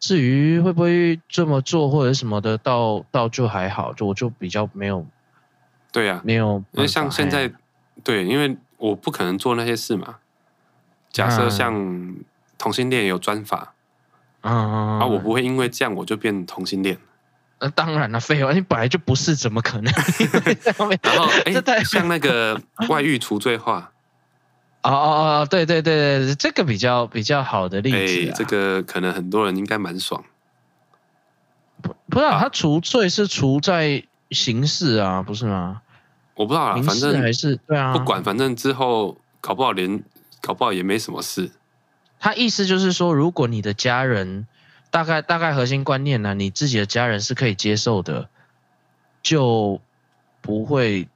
Speaker 1: 至于会不会这么做或者什么的，倒倒就还好，就我就比较没有
Speaker 2: 对啊，
Speaker 1: 没有办法。
Speaker 2: 因为像现
Speaker 1: 嘿
Speaker 2: 在，对，因为我不可能做那些事嘛。假设
Speaker 1: 嗯
Speaker 2: 像同性恋有专法，
Speaker 1: 嗯嗯
Speaker 2: 啊，我不会因为这样我就变同性恋。
Speaker 1: 那、当然了，废话，你本来就不是，怎么可能？
Speaker 2: 然后，哎、
Speaker 1: 这太
Speaker 2: 像 那个外遇除罪化，
Speaker 1: 哦哦哦，对对对对，这个比较比较好 的例
Speaker 2: 哎、
Speaker 1: 子、啊
Speaker 2: 这个可能很多人应该蛮爽。
Speaker 1: 不是、啊、
Speaker 2: 啊
Speaker 1: 他除罪是除在刑事啊，不是吗？
Speaker 2: 我不知道啦，
Speaker 1: 民
Speaker 2: 反
Speaker 1: 事还
Speaker 2: 正
Speaker 1: 是对啊，
Speaker 2: 不管，反正之后搞不好连搞不好也没什么事。
Speaker 1: 他意思就是说，如果你的家人大概大概核心观念呢、你自己的家人是可以接受的，就不会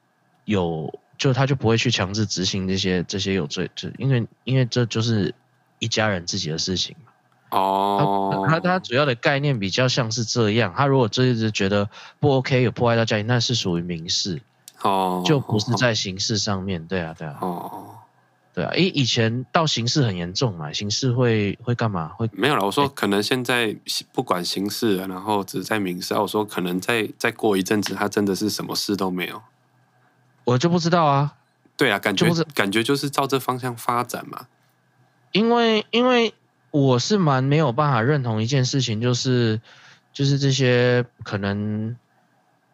Speaker 1: 有，就他就不会去强制执行这些这些有罪，就因为因为这就是一家人自己的事情。
Speaker 2: 哦，
Speaker 1: 他他主要的概念比较像是这样，他如果这一直觉得不 OK 有破坏到家庭，那是属于民事，
Speaker 2: 哦，
Speaker 1: 就不是在刑事上面。对啊，对啊，
Speaker 2: 哦，
Speaker 1: 对啊，因为以前到刑事很严重嘛，刑事会会干嘛？会
Speaker 2: 没有了。我说可能现在不管刑事了，然后只在民事。啊我说可能再再过一阵子，他真的是什么事都没有。
Speaker 1: 我就不知道啊，
Speaker 2: 对啊，感觉
Speaker 1: 就不是
Speaker 2: 感觉就是照这方向发展嘛。
Speaker 1: 因为因为我是蛮没有办法认同一件事情，就是就是这些可能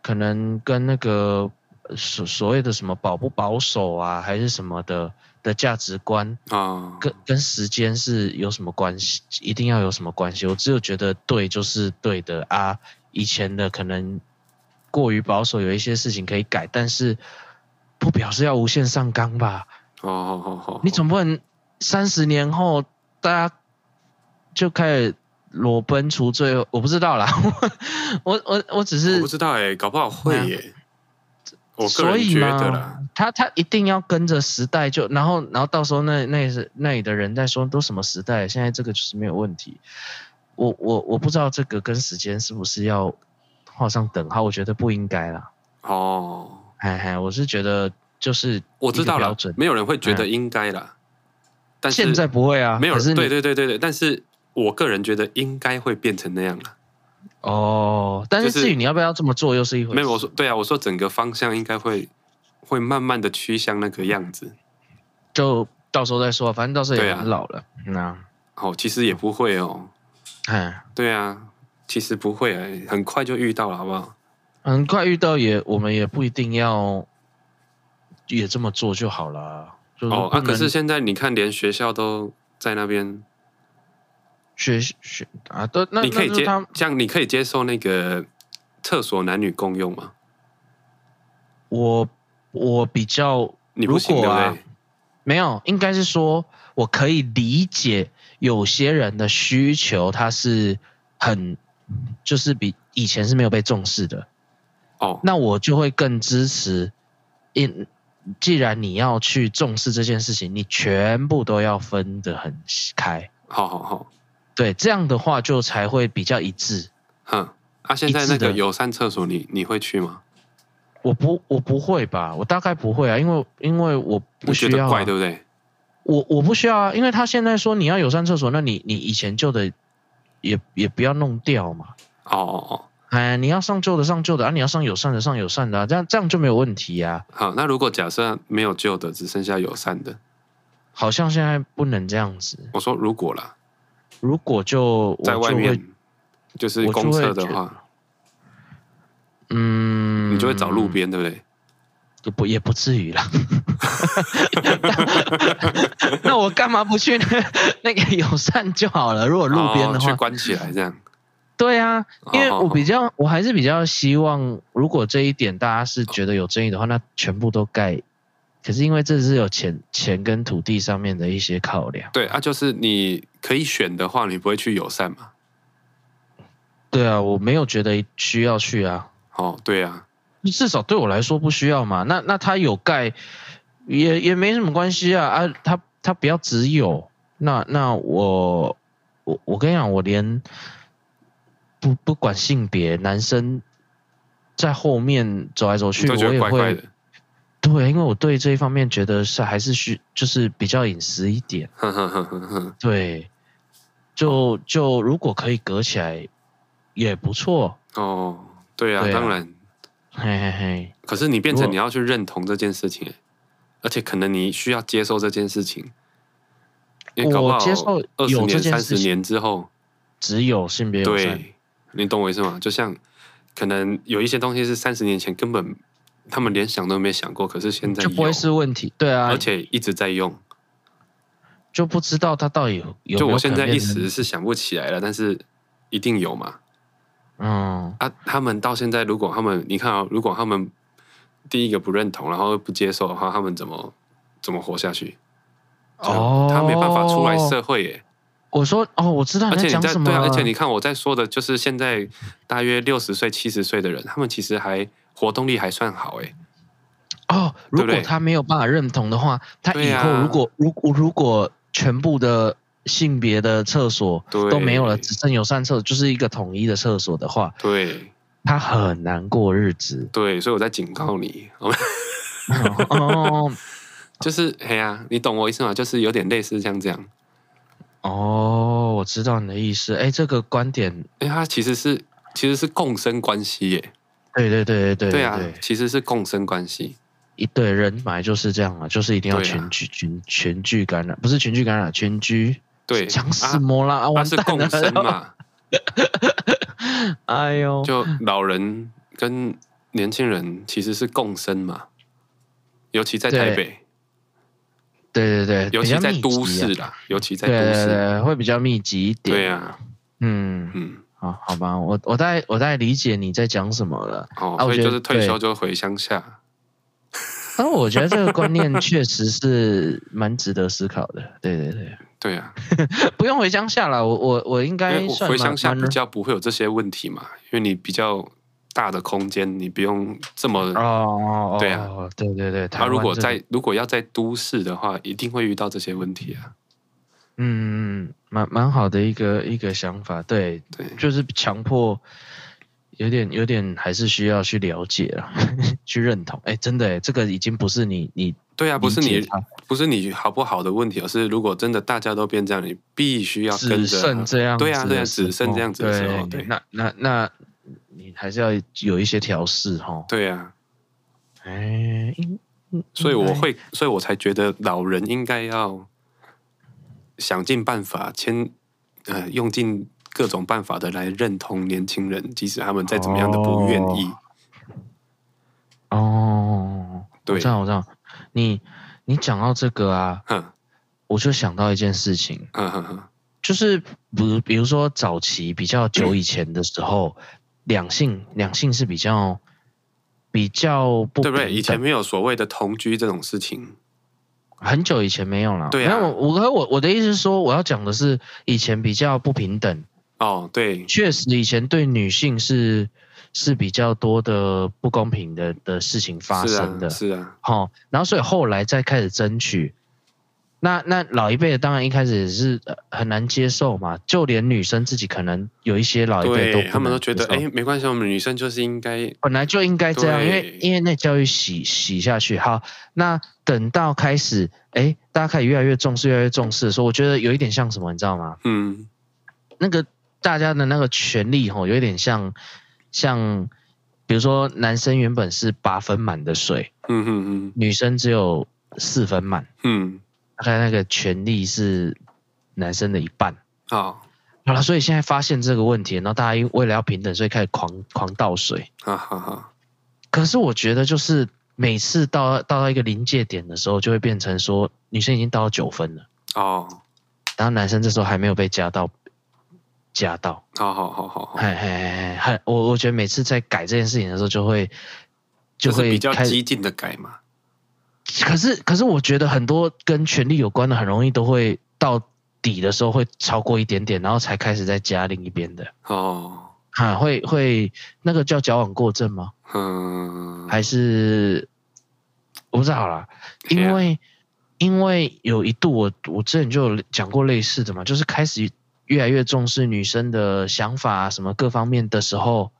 Speaker 1: 可能跟那个所所谓的什么保不保守啊，还是什么的的价值观
Speaker 2: 啊，
Speaker 1: 跟跟时间是有什么关系？一定要有什么关系？我只有觉得对就是对的啊，以前的可能过于保守，有一些事情可以改，但是不表示要无限上纲吧？
Speaker 2: 哦哦哦哦，
Speaker 1: 你总不能三十年后大家就开始裸奔除罪？我不知道啦， 我我我只
Speaker 2: 我
Speaker 1: 是
Speaker 2: 不知道哎、搞不好会耶、我个
Speaker 1: 所
Speaker 2: 人
Speaker 1: 以
Speaker 2: 觉
Speaker 1: 嘛，
Speaker 2: 得啦，
Speaker 1: 他他一定要跟着时代就，然后然后到时候那那是那里的人在说都什么时代，现在这个就是没有问题。我我我不知道这个跟时间是不是要画上等号，我觉得不应该啦。
Speaker 2: 哦，
Speaker 1: 嘿嘿，我是觉得就是
Speaker 2: 我知道
Speaker 1: 一个
Speaker 2: 了
Speaker 1: 标准，，
Speaker 2: 没有人会觉得应该啦，但是
Speaker 1: 现在不会啊，
Speaker 2: 没有
Speaker 1: 可是
Speaker 2: 人，
Speaker 1: 你
Speaker 2: 对对对对对，但是我个人觉得应该会变成那样啦。
Speaker 1: 哦，但是
Speaker 2: 就是
Speaker 1: 至于你要不要这么做又是一回事。
Speaker 2: 没有，我说对啊，我说整个方向应该会会慢慢的趋向那个样子。
Speaker 1: 就到时候再说，反正到时候
Speaker 2: 对
Speaker 1: 也
Speaker 2: 啊
Speaker 1: 很老了，嗯啊
Speaker 2: 哦，其实也不会哦，
Speaker 1: 哎。
Speaker 2: 对啊，其实不会啊，很快就遇到了，好不好？
Speaker 1: 很快遇到也，我们也不一定要也这么做就好啦。就是
Speaker 2: 哦，
Speaker 1: 嗯不
Speaker 2: 啊，
Speaker 1: 能
Speaker 2: 可是现在你看，连学校都在那边，
Speaker 1: 学学啊，都那
Speaker 2: 你可以
Speaker 1: 那就是
Speaker 2: 接
Speaker 1: 他，
Speaker 2: 这样你可以接受那个厕所男女共用吗？
Speaker 1: 我我比较
Speaker 2: 你不行，
Speaker 1: 如
Speaker 2: 对
Speaker 1: 果
Speaker 2: 不
Speaker 1: 啊
Speaker 2: 对？
Speaker 1: 没有，应该是说我可以理解有些人的需求，他是很就是比以前是没有被重视的，
Speaker 2: 哦，
Speaker 1: 那我就会更支持。因既然你要去重视这件事情，你全部都要分得很开。
Speaker 2: 好好好，
Speaker 1: 对，这样的话就才会比较一致。
Speaker 2: 哼，啊，现在那
Speaker 1: 一致
Speaker 2: 个
Speaker 1: 的
Speaker 2: 友善厕所你，你会去吗？
Speaker 1: 我不，我不会吧？我大概不会啊，因为因为我不
Speaker 2: 你觉
Speaker 1: 需
Speaker 2: 得
Speaker 1: 要、
Speaker 2: 怪
Speaker 1: 啊。
Speaker 2: 对不对？
Speaker 1: 我我不需要啊，因为他现在说你要友善厕所，那你你以前旧的也也不要弄掉嘛。
Speaker 2: 哦哦哦，
Speaker 1: 哎，你要上旧的上旧的啊，你要上友善的上友善的、啊，这样这样就没有问题呀、啊。
Speaker 2: 好，那如果假设没有旧的，只剩下友善的，
Speaker 1: 好像现在不能这样子，
Speaker 2: 我说如果啦，
Speaker 1: 如果就
Speaker 2: 在外，
Speaker 1: 我就会
Speaker 2: 面就是
Speaker 1: 我就
Speaker 2: 公厕
Speaker 1: 会
Speaker 2: 的
Speaker 1: 觉
Speaker 2: 话，
Speaker 1: 嗯，
Speaker 2: 你就会找路边，对不对？
Speaker 1: 也不也不至于啦。 那我干嘛不去那那个友善就好了？如果路边
Speaker 2: 哦
Speaker 1: 的
Speaker 2: 去
Speaker 1: 话，
Speaker 2: 关起来这样。
Speaker 1: 对啊，因为
Speaker 2: 哦
Speaker 1: 我比较，我还是比较希望，如果这一点大家是觉得有争议的话，那全部都盖。可是因为这是有钱钱跟土地上面的一些考量，
Speaker 2: 对啊，就是你可以选的话，你不会去友善嘛？
Speaker 1: 对啊，我没有觉得需要去啊，
Speaker 2: 哦，对啊，
Speaker 1: 至少对我来说不需要嘛。那那他有盖，也也没什么关系啊啊，他他不要只有那那我我我跟你讲，我连不不管性别，男生在后面走来走
Speaker 2: 你
Speaker 1: 去，
Speaker 2: 都觉
Speaker 1: 我
Speaker 2: 得
Speaker 1: 也
Speaker 2: 怪
Speaker 1: 会
Speaker 2: 怪的。
Speaker 1: 对，因为我对这一方面觉得是还是需就是比较隐私一点。
Speaker 2: 哼哼哼哼哼，
Speaker 1: 对，就就如果可以隔起来也不错，
Speaker 2: 哦，对啊，
Speaker 1: 对啊
Speaker 2: 当然。
Speaker 1: 嘿嘿嘿。
Speaker 2: 可是你变
Speaker 1: 如
Speaker 2: 成
Speaker 1: 果
Speaker 2: 你要去认同这件事情、欸而且可能你需要接受这件事情。因为搞不
Speaker 1: 我
Speaker 2: 好
Speaker 1: 接受
Speaker 2: 二十
Speaker 1: 有这
Speaker 2: 年、
Speaker 1: 件
Speaker 2: 三
Speaker 1: 事
Speaker 2: 十
Speaker 1: 情
Speaker 2: 年之后，
Speaker 1: 只有性别友善，
Speaker 2: 对，你懂我意思吗？就像可能有一些东西是三十年前根本他们连想都没想过，可是现在
Speaker 1: 就不会
Speaker 2: 有
Speaker 1: 是问题。对啊
Speaker 2: 而，且一直在用。
Speaker 1: 就不知道他到底有有
Speaker 2: 就
Speaker 1: 没有
Speaker 2: 我现
Speaker 1: 可能
Speaker 2: 在一
Speaker 1: 变成
Speaker 2: 时是想不起来了，但是一定有嘛。
Speaker 1: 嗯，
Speaker 2: 啊，他们到现在，如果他们你看啊、如果他们第一个不认同，然后不接受的话，他们怎么怎么活下去？
Speaker 1: 哦，
Speaker 2: 他没办法出来。社会耶。
Speaker 1: 我说哦，我知道
Speaker 2: 而
Speaker 1: 你
Speaker 2: 且
Speaker 1: 在讲
Speaker 2: 你在
Speaker 1: 什么
Speaker 2: 对啊，
Speaker 1: 了。
Speaker 2: 而且你看我在说的，就是现在大约六十岁、七十岁的人，他们其实还活动力还算好哎。
Speaker 1: 哦，
Speaker 2: 对
Speaker 1: 如
Speaker 2: 不对
Speaker 1: 果他没有办法认同的话，他
Speaker 2: 对
Speaker 1: 以
Speaker 2: 啊
Speaker 1: 后如果、如果如果全部的性别的厕所
Speaker 2: 对
Speaker 1: 都没有了，只剩友善厕所，就是一个统一的厕所的话，
Speaker 2: 对。
Speaker 1: 他很难过日子
Speaker 2: 对，所以我在警告你，
Speaker 1: 哦
Speaker 2: 就是嘿呀、你懂我意思吗？就是有点类似像这样。
Speaker 1: 哦，我知道你的意思。哎，这个观点，
Speaker 2: 因为它哎其实是其实是共生关系耶。
Speaker 1: 对对对对对
Speaker 2: 对啊，其实是共生关系。
Speaker 1: 一对人本来就是这样啊，就是一定要
Speaker 2: 对啊
Speaker 1: 群聚、群群聚感染，不是群聚感染，群居。
Speaker 2: 对，
Speaker 1: 讲什
Speaker 2: 啊
Speaker 1: 么啦？啊
Speaker 2: 它
Speaker 1: 完
Speaker 2: 是
Speaker 1: 蛋
Speaker 2: 共生
Speaker 1: 了！
Speaker 2: 嘛，
Speaker 1: 哎呦，
Speaker 2: 就老人跟年轻人其实是共生嘛，尤其在台
Speaker 1: 对
Speaker 2: 北，
Speaker 1: 对对对，
Speaker 2: 尤
Speaker 1: 比
Speaker 2: 其
Speaker 1: 较
Speaker 2: 在
Speaker 1: 密
Speaker 2: 都
Speaker 1: 集啊
Speaker 2: 市啦，尤其在
Speaker 1: 对
Speaker 2: 都
Speaker 1: 对
Speaker 2: 市，
Speaker 1: 对，会比较密集一点。
Speaker 2: 对啊，
Speaker 1: 嗯，
Speaker 2: 嗯，
Speaker 1: 好，好吧，我我大概我大概理解你在讲什么了。
Speaker 2: 哦，
Speaker 1: 啊我
Speaker 2: 所以
Speaker 1: 觉
Speaker 2: 就
Speaker 1: 得
Speaker 2: 是退
Speaker 1: 对
Speaker 2: 休就回乡下，
Speaker 1: 但我觉得这个观念确实是蛮值得思考的。对对对，
Speaker 2: 对啊，
Speaker 1: 不用回乡下了，我我我应
Speaker 2: 因
Speaker 1: 该
Speaker 2: 为哎我
Speaker 1: 算
Speaker 2: 回乡
Speaker 1: 蛮
Speaker 2: 下
Speaker 1: 蛮
Speaker 2: 比较不会有这些问题嘛，因为你比较大的空间，你不用这么。
Speaker 1: 哦哦哦，
Speaker 2: 对啊
Speaker 1: 哦，对对对，
Speaker 2: 他、
Speaker 1: 他
Speaker 2: 如果在如果要在都市的话，一定会遇到这些问题啊。
Speaker 1: 嗯嗯嗯，蛮蛮好的一个一个想法，对，
Speaker 2: 对，
Speaker 1: 就是强迫，有点有点还是需要去了解了， 去认同。哎，真的哎，这个已经不是你你
Speaker 2: 对啊，不是
Speaker 1: 理
Speaker 2: 你
Speaker 1: 解它
Speaker 2: 不是你好不好的问题，而是如果真的大家都变这样，你必须要跟
Speaker 1: 只
Speaker 2: 着啊
Speaker 1: 剩这样子的
Speaker 2: 对
Speaker 1: 时
Speaker 2: 啊
Speaker 1: 候，
Speaker 2: 对啊只剩这样子的时候对
Speaker 1: 那那那你还是要有一些调试哈。
Speaker 2: 对啊，
Speaker 1: 哎，应应
Speaker 2: 所以我
Speaker 1: 应该
Speaker 2: 会，所以我才觉得老人应该要想尽办法，先呃用尽各种办法的来认同年轻人，即使他们再怎么样的不愿意。
Speaker 1: 哦，
Speaker 2: 对
Speaker 1: 我知道我知道，你你讲到这个啊，
Speaker 2: 哼
Speaker 1: 我就想到一件事情，
Speaker 2: 哼哼哼，
Speaker 1: 就是比如比如说早期比较久以前的时候，两性两性是比较比较不
Speaker 2: 对
Speaker 1: 平
Speaker 2: 不对？以前
Speaker 1: 等
Speaker 2: 没有所谓的同居这种事情。
Speaker 1: 很久以前没有了，
Speaker 2: 对啊
Speaker 1: 没有我我我我的意思是说，我要讲的是以前比较不平等，
Speaker 2: 哦，对，
Speaker 1: 确实以前对女性是是比较多的不公平的的事情发
Speaker 2: 是
Speaker 1: 生的
Speaker 2: 啊，，是啊，
Speaker 1: 好、然后所以后来再开始争取。那那老一辈的当然一开始也是呃很难接受嘛，就连女生自己可能有一些啊老一辈都
Speaker 2: 对
Speaker 1: 不
Speaker 2: 他们
Speaker 1: 能
Speaker 2: 都觉得，
Speaker 1: 接受
Speaker 2: 哎，没关系，我们女生就是应该
Speaker 1: 本来就应该这样，因为
Speaker 2: 对
Speaker 1: 因为那教育洗洗下去。好，那等到开始，哎，大家开始越来越重视，越来越重视的时候，我觉得有一点像什么，你知道吗？
Speaker 2: 嗯，
Speaker 1: 那个大家的那个权利吼，有一点像像，比如说男生原本是八分满的水，
Speaker 2: 嗯嗯嗯
Speaker 1: 女生只有四分满，
Speaker 2: 嗯，
Speaker 1: 大概那个权利是男生的一半。
Speaker 2: 好
Speaker 1: 好了，所以现在发现这个问题，然后大家因为为了要平等，所以开始狂狂倒水。
Speaker 2: 哈哈哈，
Speaker 1: 可是我觉得，就是每次到到到一个临界点的时候，就会变成说，女生已经到九分了，
Speaker 2: 哦，
Speaker 1: 然后男生这时候还没有被加到加到，
Speaker 2: 好好好好好，
Speaker 1: 嘿嘿嘿，很我我觉得每次在改这件事情的时候，就会就
Speaker 2: 就是
Speaker 1: 会
Speaker 2: 比较
Speaker 1: 开始。
Speaker 2: 激进的改嘛，
Speaker 1: 可是可是，我觉得很多跟权力有关的，很容易都会到底的时候会超过一点点，然后才开始再加另一边的。
Speaker 2: 哦，
Speaker 1: 啊，会会那个叫矫枉过正吗？
Speaker 2: 嗯，
Speaker 1: 还是我不知道啦，
Speaker 2: 嘿啊
Speaker 1: 因为、因为有一度我我之前就有讲过类似的嘛，就是开始越来越重视女生的想法、啊、什么各方面的时候，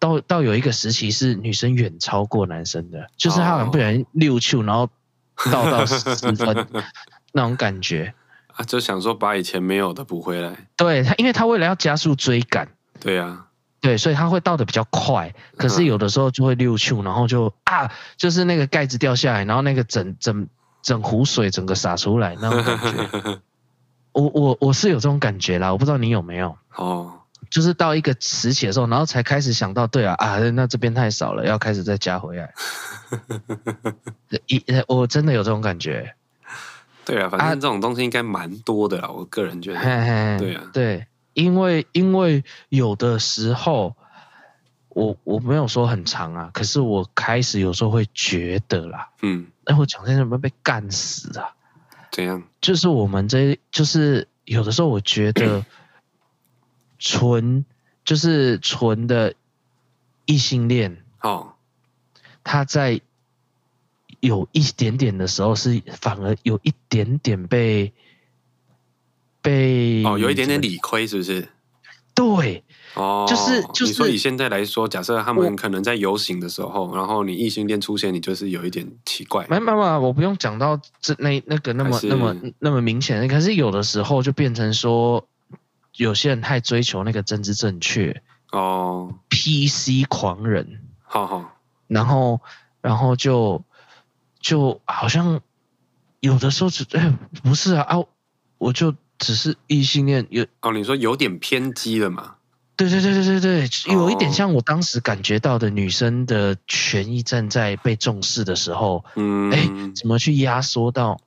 Speaker 1: 到到有一个时期是女生远超过男生的，就是他好像不小心六球，然后到到十分那种感觉。
Speaker 2: 啊，就想说把以前没有的补回来。
Speaker 1: 对他，因为他为了要加速追赶，
Speaker 2: 对啊，
Speaker 1: 对，所以它会到的比较快，可是
Speaker 2: 嗯
Speaker 1: 有的时候就会溜出，然后就啊，就是那个盖子掉下来，然后那个整整整壶水整个洒出来那种感觉。我我我是有这种感觉啦，我不知道你有没有，
Speaker 2: 哦，
Speaker 1: 就是到一个时期的时候，然后才开始想到，对啊啊，那这边太少了，要开始再加回来。一我真的有这种感觉，
Speaker 2: 对啊，反正这种东西应该蛮多的啦，我个人觉
Speaker 1: 嘿
Speaker 2: 得。
Speaker 1: 嘿，
Speaker 2: 对啊，
Speaker 1: 对，因为因为有的时候，我我没有说很长啊，可是我开始有时候会觉得啦，
Speaker 2: 嗯，
Speaker 1: 哎，我讲这些有没有被干死啊？
Speaker 2: 怎样？
Speaker 1: 就是我们这，就是有的时候我觉得 纯就是纯的异性恋，
Speaker 2: 哦，
Speaker 1: 他在有一点点的时候是反而有一点点被。被嗯
Speaker 2: 哦，有一点点
Speaker 1: 怎么
Speaker 2: 理亏，是不是？
Speaker 1: 对，
Speaker 2: 哦，
Speaker 1: 就是就是
Speaker 2: 你说以现在来说，假设他们可能在游行的时候，然后你异性恋出现，你就是有一点奇怪。
Speaker 1: 没没没，我不用讲到这那那个那么
Speaker 2: 还是
Speaker 1: 那么那么明显的，可是有的时候就变成说，有些人太追求那个政治正确
Speaker 2: 哦，
Speaker 1: ，PC 狂人，
Speaker 2: 好好，
Speaker 1: 然后然后就就好像有的时候只哎不是啊啊，我就只是异性恋，有
Speaker 2: 哦，你说有点偏激了嘛？
Speaker 1: 对对对对对对，
Speaker 2: 哦
Speaker 1: 有一点像我当时感觉到的女生的权益站在被重视的时候，
Speaker 2: 嗯，
Speaker 1: 哎怎么去压缩到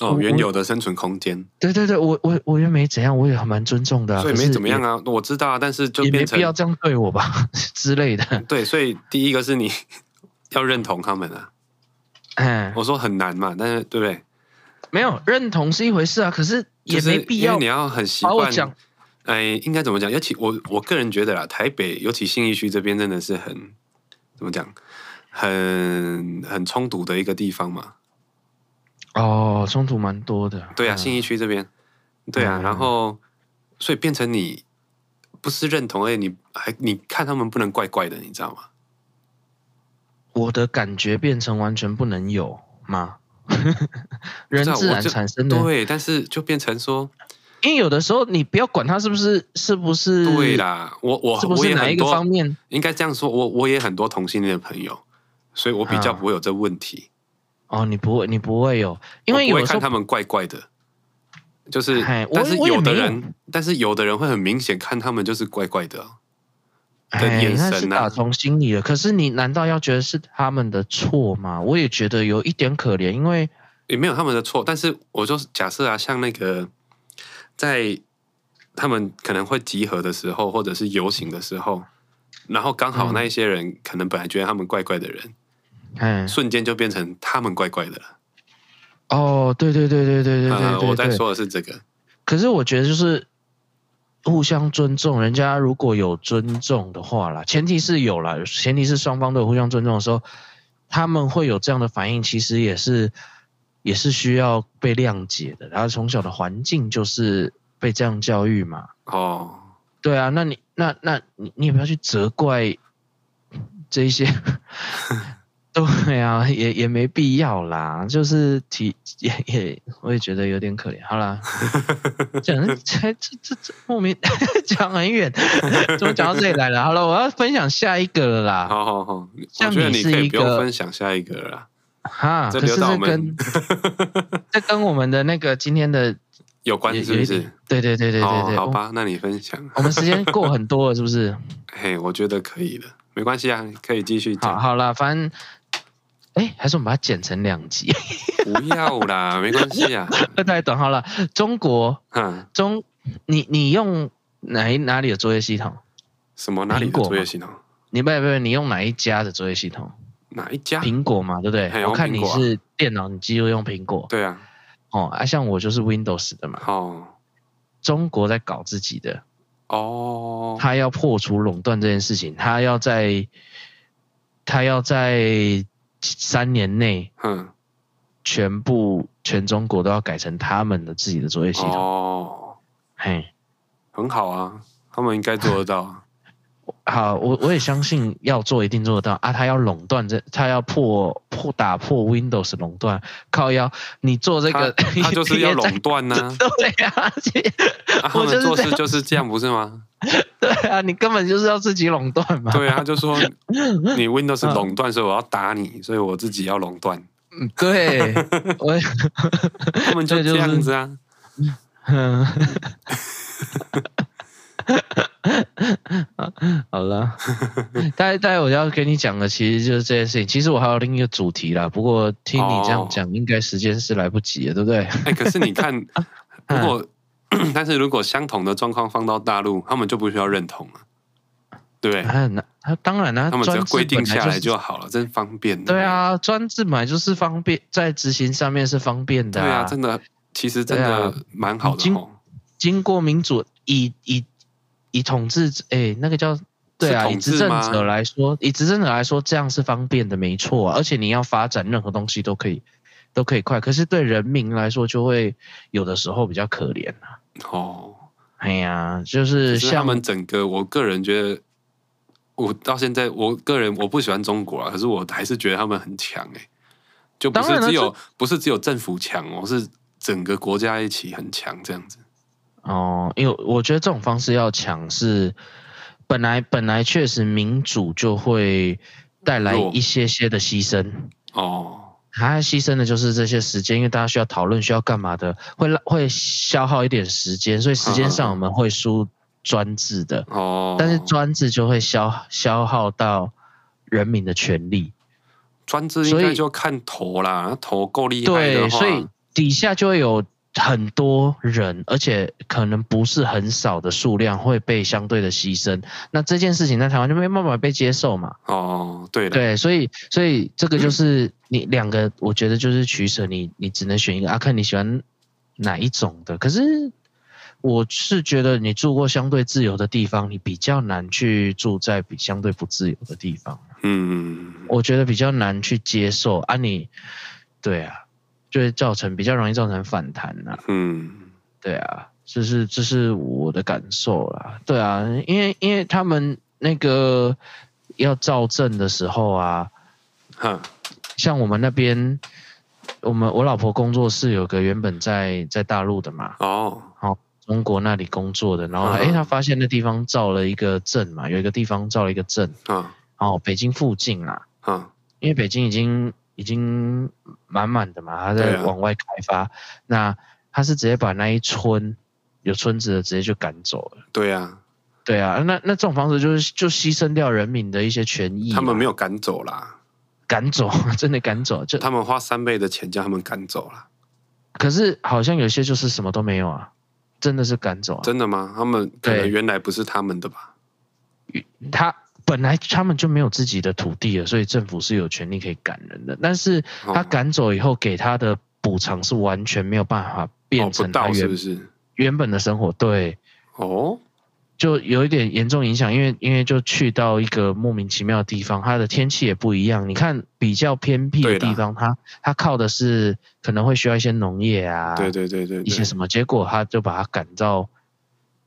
Speaker 2: 哦，原有的生存空间，
Speaker 1: 对对对，我我我也没怎样，我也还蛮尊重的、啊，
Speaker 2: 所以
Speaker 1: 可
Speaker 2: 没
Speaker 1: 是
Speaker 2: 怎么样
Speaker 1: 也，
Speaker 2: 啊。我知道啊，但是就
Speaker 1: 也没
Speaker 2: 变成
Speaker 1: 必要这样对我吧 之类的。
Speaker 2: 对，所以第一个是你 要认同他们啊。
Speaker 1: 哎，
Speaker 2: 我说很难嘛，但是对不对？
Speaker 1: 没有认同是一回事啊，可是也
Speaker 2: 就是
Speaker 1: 没必
Speaker 2: 因为
Speaker 1: 要
Speaker 2: 你要很习
Speaker 1: 把我
Speaker 2: 惯
Speaker 1: 讲。
Speaker 2: 哎，应该怎么讲？尤其我我个人觉得啦，台北尤其信义区这边真的是很怎么讲，很很冲突的一个地方嘛。
Speaker 1: 哦，冲突蛮多的。
Speaker 2: 对啊，
Speaker 1: 嗯
Speaker 2: 信义区这边，对啊，
Speaker 1: 嗯
Speaker 2: 然后所以变成你不是认同，而且你还你看他们不能怪怪的，你知道吗？
Speaker 1: 我的感觉变成完全不能有 吗？人
Speaker 2: 知道
Speaker 1: 自
Speaker 2: 啊我
Speaker 1: 然
Speaker 2: 就
Speaker 1: 产生的，
Speaker 2: 对，但是就变成说，
Speaker 1: 因为有的时候你不要管他是不是是不是
Speaker 2: 对，啦，我我
Speaker 1: 嗯是不
Speaker 2: 我
Speaker 1: 是
Speaker 2: 也
Speaker 1: 哪一
Speaker 2: 很
Speaker 1: 个方
Speaker 2: 多，
Speaker 1: 面
Speaker 2: 应该这样说，我我也很多同性恋的朋友，所以我比较
Speaker 1: 啊
Speaker 2: 不会有这问题。
Speaker 1: 哦，你不会你不会有，因为
Speaker 2: 我不
Speaker 1: 有
Speaker 2: 会
Speaker 1: 时
Speaker 2: 看
Speaker 1: 候
Speaker 2: 他们怪怪的，就是
Speaker 1: 哎，我
Speaker 2: 但是
Speaker 1: 我也
Speaker 2: 有的
Speaker 1: 没有
Speaker 2: 人，但是有的人会很明显看他们就是怪怪的啊、的
Speaker 1: 哎
Speaker 2: 眼
Speaker 1: 那
Speaker 2: 神
Speaker 1: 是
Speaker 2: 啊
Speaker 1: 打从心里了。可是你难道要觉得是他们的错吗？我也觉得有一点可怜，因为
Speaker 2: 也没有他们的错。但是我就是假设啊，像那个在他们可能会集合的时候，或者是游行的时候，然后刚好
Speaker 1: 嗯
Speaker 2: 那一些人、可能本来觉得他们怪怪的人，
Speaker 1: 哎
Speaker 2: 瞬间就变成他们怪怪的了。
Speaker 1: 哦，对对对对对对对
Speaker 2: 啊
Speaker 1: 对对，
Speaker 2: 我在说的是这个，
Speaker 1: 可是我觉得就是互相尊重，人家如果有尊重的话啦，前提是有啦，前提是双方都有互相尊重的时候，他们会有这样的反应，其实也是也是需要被谅解的。然后从小的环境就是被这样教育嘛，
Speaker 2: 哦，
Speaker 1: 对啊，那你那那你你也不要去责怪这一些， 对啊，也也没必要啦，就是提也也我也觉得有点可怜。好啦，讲得这这这这莫名 讲很远，怎么讲到这里来了？好了，我要分享下一个了啦。
Speaker 2: 好好好，我
Speaker 1: 像
Speaker 2: 觉得
Speaker 1: 你
Speaker 2: 你
Speaker 1: 是
Speaker 2: 可以
Speaker 1: 一
Speaker 2: 不用
Speaker 1: 个
Speaker 2: 分享下一个了啦，
Speaker 1: 哈，
Speaker 2: 这
Speaker 1: 可
Speaker 2: 留
Speaker 1: 是
Speaker 2: 到我
Speaker 1: 这
Speaker 2: 们
Speaker 1: 跟这跟我们的那个今天的
Speaker 2: 有关
Speaker 1: 也
Speaker 2: 是不
Speaker 1: 有一
Speaker 2: 是
Speaker 1: 点？对对对对对
Speaker 2: 哦，
Speaker 1: 对，
Speaker 2: 好
Speaker 1: 我
Speaker 2: 吧，那你分享。啊
Speaker 1: 我们时间过很多了，是不是？
Speaker 2: 嘿，我觉得可以了，没关系啊，可以继续
Speaker 1: 好
Speaker 2: 讲。
Speaker 1: 好啦，反正哎，还是我们把它剪成两集。
Speaker 2: 不要啦，没关系啊。
Speaker 1: 那太短好了。中国
Speaker 2: 嗯，
Speaker 1: 中，你你用哪一哪里的作业系统？
Speaker 2: 什么哪
Speaker 1: 苹
Speaker 2: 里的
Speaker 1: 果
Speaker 2: 作业
Speaker 1: 吗
Speaker 2: 系统？
Speaker 1: 你不不不，你用哪一家的作业系统？
Speaker 2: 哪一家？
Speaker 1: 苹果嘛，对不
Speaker 2: 啊嘿
Speaker 1: 对？
Speaker 2: 用
Speaker 1: 我看
Speaker 2: 苹
Speaker 1: 你
Speaker 2: 果啊
Speaker 1: 是电脑，你几乎用苹果
Speaker 2: 对啊，
Speaker 1: 哦。啊，像我就是 Windows 的嘛。
Speaker 2: 哦
Speaker 1: 中国在搞自己的，
Speaker 2: 哦，
Speaker 1: 他要破除垄断这件事情，他要在他要在三年内
Speaker 2: 嗯，
Speaker 1: 全部全中国都要改成他们的自己的作业系统。
Speaker 2: 哦，
Speaker 1: 嘿，
Speaker 2: 很好啊，他们应该做得到 啊。
Speaker 1: 好，我我也相信要做一定做得到啊！他要垄断这，他要破破打破 Windows 垄断，靠腰，你做这
Speaker 2: 他
Speaker 1: 个，
Speaker 2: 他就是要垄断 呐，
Speaker 1: 对呀、啊，
Speaker 2: 啊他
Speaker 1: 我就
Speaker 2: 们
Speaker 1: 是
Speaker 2: 做
Speaker 1: 这
Speaker 2: 事
Speaker 1: 样
Speaker 2: 就是这样，不是 吗？
Speaker 1: 对啊，你根本就是要自己垄断嘛。
Speaker 2: 对啊，他就说你 Windows
Speaker 1: 嗯
Speaker 2: 垄断，所以我要打你，所以我自己要垄断。
Speaker 1: 嗯 对，我
Speaker 2: 他们就
Speaker 1: 对就
Speaker 2: 这
Speaker 1: 是
Speaker 2: 样子啊，
Speaker 1: 嗯， 好 了，大概大概我要跟你讲的其实就是这件事情。其实我还有另一个主题啦，不过听你这
Speaker 2: 哦
Speaker 1: 样讲，应该时间是来不及的，对不对？
Speaker 2: 哎、可是你 看，
Speaker 1: 啊
Speaker 2: 如果
Speaker 1: 嗯
Speaker 2: 但是如果相同的状况放到大陆，他们就不需要认同了，对不对？
Speaker 1: 啊，那他当然啦、
Speaker 2: 他们只要
Speaker 1: 专制
Speaker 2: 规定
Speaker 1: 本
Speaker 2: 下来
Speaker 1: 是
Speaker 2: 就好了，真方便。
Speaker 1: 对，啊，专制买就是方便，在执行上面是方便
Speaker 2: 对
Speaker 1: 的、
Speaker 2: 啊，真的，其实真
Speaker 1: 对
Speaker 2: 的
Speaker 1: 啊
Speaker 2: 蛮好
Speaker 1: 已
Speaker 2: 的
Speaker 1: 经
Speaker 2: 哦。
Speaker 1: 经过民主以以以统治，哎、那个叫对啊，
Speaker 2: 是
Speaker 1: 以
Speaker 2: 统治
Speaker 1: 执政
Speaker 2: 吗
Speaker 1: 者来说，以执政者来说，这样是方便的，没错、啊。而且你要发展任何东西都可以，都可以快。可是对人民来说，就会有的时候比较可怜啊。
Speaker 2: 哦，
Speaker 1: 哎呀，就是
Speaker 2: 只是他
Speaker 1: 像
Speaker 2: 们整个，我个人觉得，我到现在，我个人我不喜欢中国啊，可是我还是觉得他们很强哎、就不
Speaker 1: 当然
Speaker 2: 是
Speaker 1: 了
Speaker 2: 只有不是只有政府强哦，是整个国家一起很强这样子。
Speaker 1: 哦，因为我觉得这种方式要强是，本来本来确实民主就会带来
Speaker 2: 弱
Speaker 1: 一些些的牺牲，
Speaker 2: 哦，
Speaker 1: 它牺牲的就是这些时间，因为大家需要讨论，需要干嘛的，会浪会消耗一点时间，所以时间上我们会输专制的，
Speaker 2: 嗯哦，
Speaker 1: 但是专制就会消消耗到人民的权利，
Speaker 2: 专制应
Speaker 1: 所以
Speaker 2: 该就看头啦，头够厉害的
Speaker 1: 对，
Speaker 2: 话，
Speaker 1: 所以底下就会有很多人，而且可能不是很少的数量会被相对的牺牲。那这件事情在台湾就没办法被接受嘛？
Speaker 2: 哦，对了，
Speaker 1: 对，所以所以这个就是你两个，我觉得就是取舍，你你只能选一个啊，看你喜欢哪一种的。可是我是觉得你住过相对自由的地方，你比较难去住在比相对不自由的地方。
Speaker 2: 嗯，
Speaker 1: 我觉得比较难去接受啊你，对啊，就会造成比较容易造成反弹呐、啊
Speaker 2: 嗯，
Speaker 1: 对啊，这是这是我的感受啦，对啊，因为因为他们那个要造证的时候啊，
Speaker 2: 哈，
Speaker 1: 像我们那边，我们我老婆工作室有个原本在在大陆的嘛，
Speaker 2: 哦，
Speaker 1: 中国那里工作的，然后
Speaker 2: 嗯
Speaker 1: 诶，他发现那地方造了一个证嘛，有一个地方造了一个证，
Speaker 2: 啊
Speaker 1: 哦，北京附近啦，
Speaker 2: 啊，
Speaker 1: 因为北京已经已经满满的嘛，它
Speaker 2: 对
Speaker 1: 在
Speaker 2: 啊
Speaker 1: 往外开发，那他是直接把那一村有村子的直接就赶走了。
Speaker 2: 对啊，
Speaker 1: 对啊，那那这种方式就是就牺牲掉人民的一些权益嘛，
Speaker 2: 他们没
Speaker 1: 有
Speaker 2: 有赶走啦，
Speaker 1: 赶走， 真的赶走。就
Speaker 2: 他们花三倍的钱将他们赶走啦，
Speaker 1: 可是好像有些就是什么都没有啊，真的是赶走、啊。
Speaker 2: 真的吗？他们可能
Speaker 1: 对
Speaker 2: 原来不是他们的吧？
Speaker 1: 他本来他们就没有自己的土地了，所以政府是有权利可以赶人的，但是
Speaker 2: 哦
Speaker 1: 他赶走以后给他的补偿是完全没有办法
Speaker 2: 哦
Speaker 1: 变
Speaker 2: 不
Speaker 1: 成他
Speaker 2: 到
Speaker 1: 原、
Speaker 2: 是不是？
Speaker 1: 原本的生活。对，
Speaker 2: 哦，
Speaker 1: 就有一点严重影响，因为因为就去到一个莫名其妙的地方，它的天气也不一样。你看比较偏僻
Speaker 2: 对
Speaker 1: 的
Speaker 2: 啦
Speaker 1: 地方，它它靠的是可能会需要一些农业啊，
Speaker 2: 对对对对
Speaker 1: 一些
Speaker 2: 对，
Speaker 1: 什么，结果他就把它赶到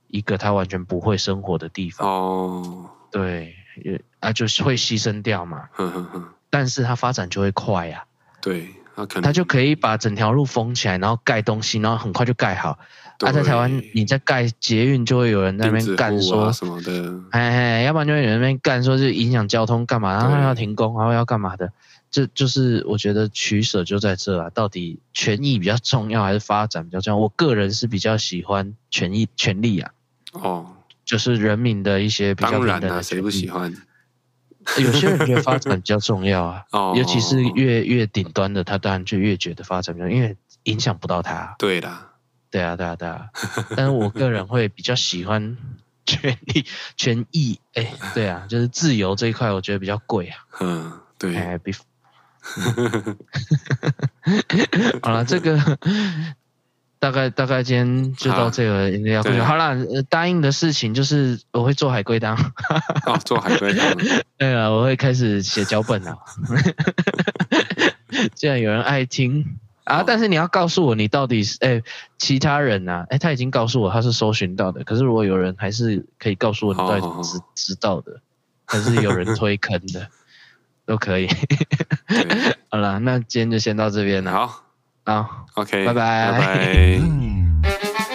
Speaker 1: 一个他完全不会生活的地方，
Speaker 2: 哦，
Speaker 1: 对，也啊就是会牺牲掉嘛。
Speaker 2: 哼哼哼，
Speaker 1: 但是它发展就会快呀、
Speaker 2: 对，他可能
Speaker 1: 它就可以把整条路封起来，然后盖东西，然后很快就盖好。啊，在台湾
Speaker 2: 对
Speaker 1: 你在盖捷运就会有人在那边
Speaker 2: 钉子
Speaker 1: 干
Speaker 2: 户
Speaker 1: 说。
Speaker 2: 啊什么的，
Speaker 1: 哎，要不然就有人在那边干，说是影响交通干嘛，然后
Speaker 2: 对
Speaker 1: 要停工，然后要干嘛的，这就是我觉得取舍就在这啊，到底权益比较重要还是发展比较重要？我个人是比较喜欢权益权利啊，
Speaker 2: 哦，
Speaker 1: 就是人民的一些比较
Speaker 2: 当
Speaker 1: 平
Speaker 2: 然
Speaker 1: 等
Speaker 2: 啦、
Speaker 1: 的
Speaker 2: 谁
Speaker 1: 权
Speaker 2: 不喜
Speaker 1: 益。
Speaker 2: 欢？
Speaker 1: 有些人觉得发展比较重要啊，
Speaker 2: 哦，
Speaker 1: 尤其是越越顶端的，他当然就越觉得发展比较，因为影响不到他。啊
Speaker 2: 对啦，
Speaker 1: 对啊，对啊，对啊。但是我个人会比较喜欢 权利权益，哎、对啊，就是自由这一块，我觉得比较贵啊。
Speaker 2: 嗯，对，
Speaker 1: 哎、 比嗯 好了，这个大概大概今天就到这个饮料
Speaker 2: 对
Speaker 1: 好了、呃答应的事情就是我会做海龟汤。
Speaker 2: 哦，做海龟汤，
Speaker 1: 对了，我会开始写脚本了。 既然有人爱听啊，
Speaker 2: 好
Speaker 1: 但是你要告诉我你到底是哎、其他人呐、啊，哎、他已经告诉我他是搜寻到的，可是如果有人还是可以告诉我你到底
Speaker 2: 好好好
Speaker 1: 知知道的，还是有人推坑的，都可以。
Speaker 2: 对，
Speaker 1: 好了，那今天就先到这边了。
Speaker 2: 好
Speaker 1: 好，
Speaker 2: ，OK，
Speaker 1: 拜拜
Speaker 2: 拜拜。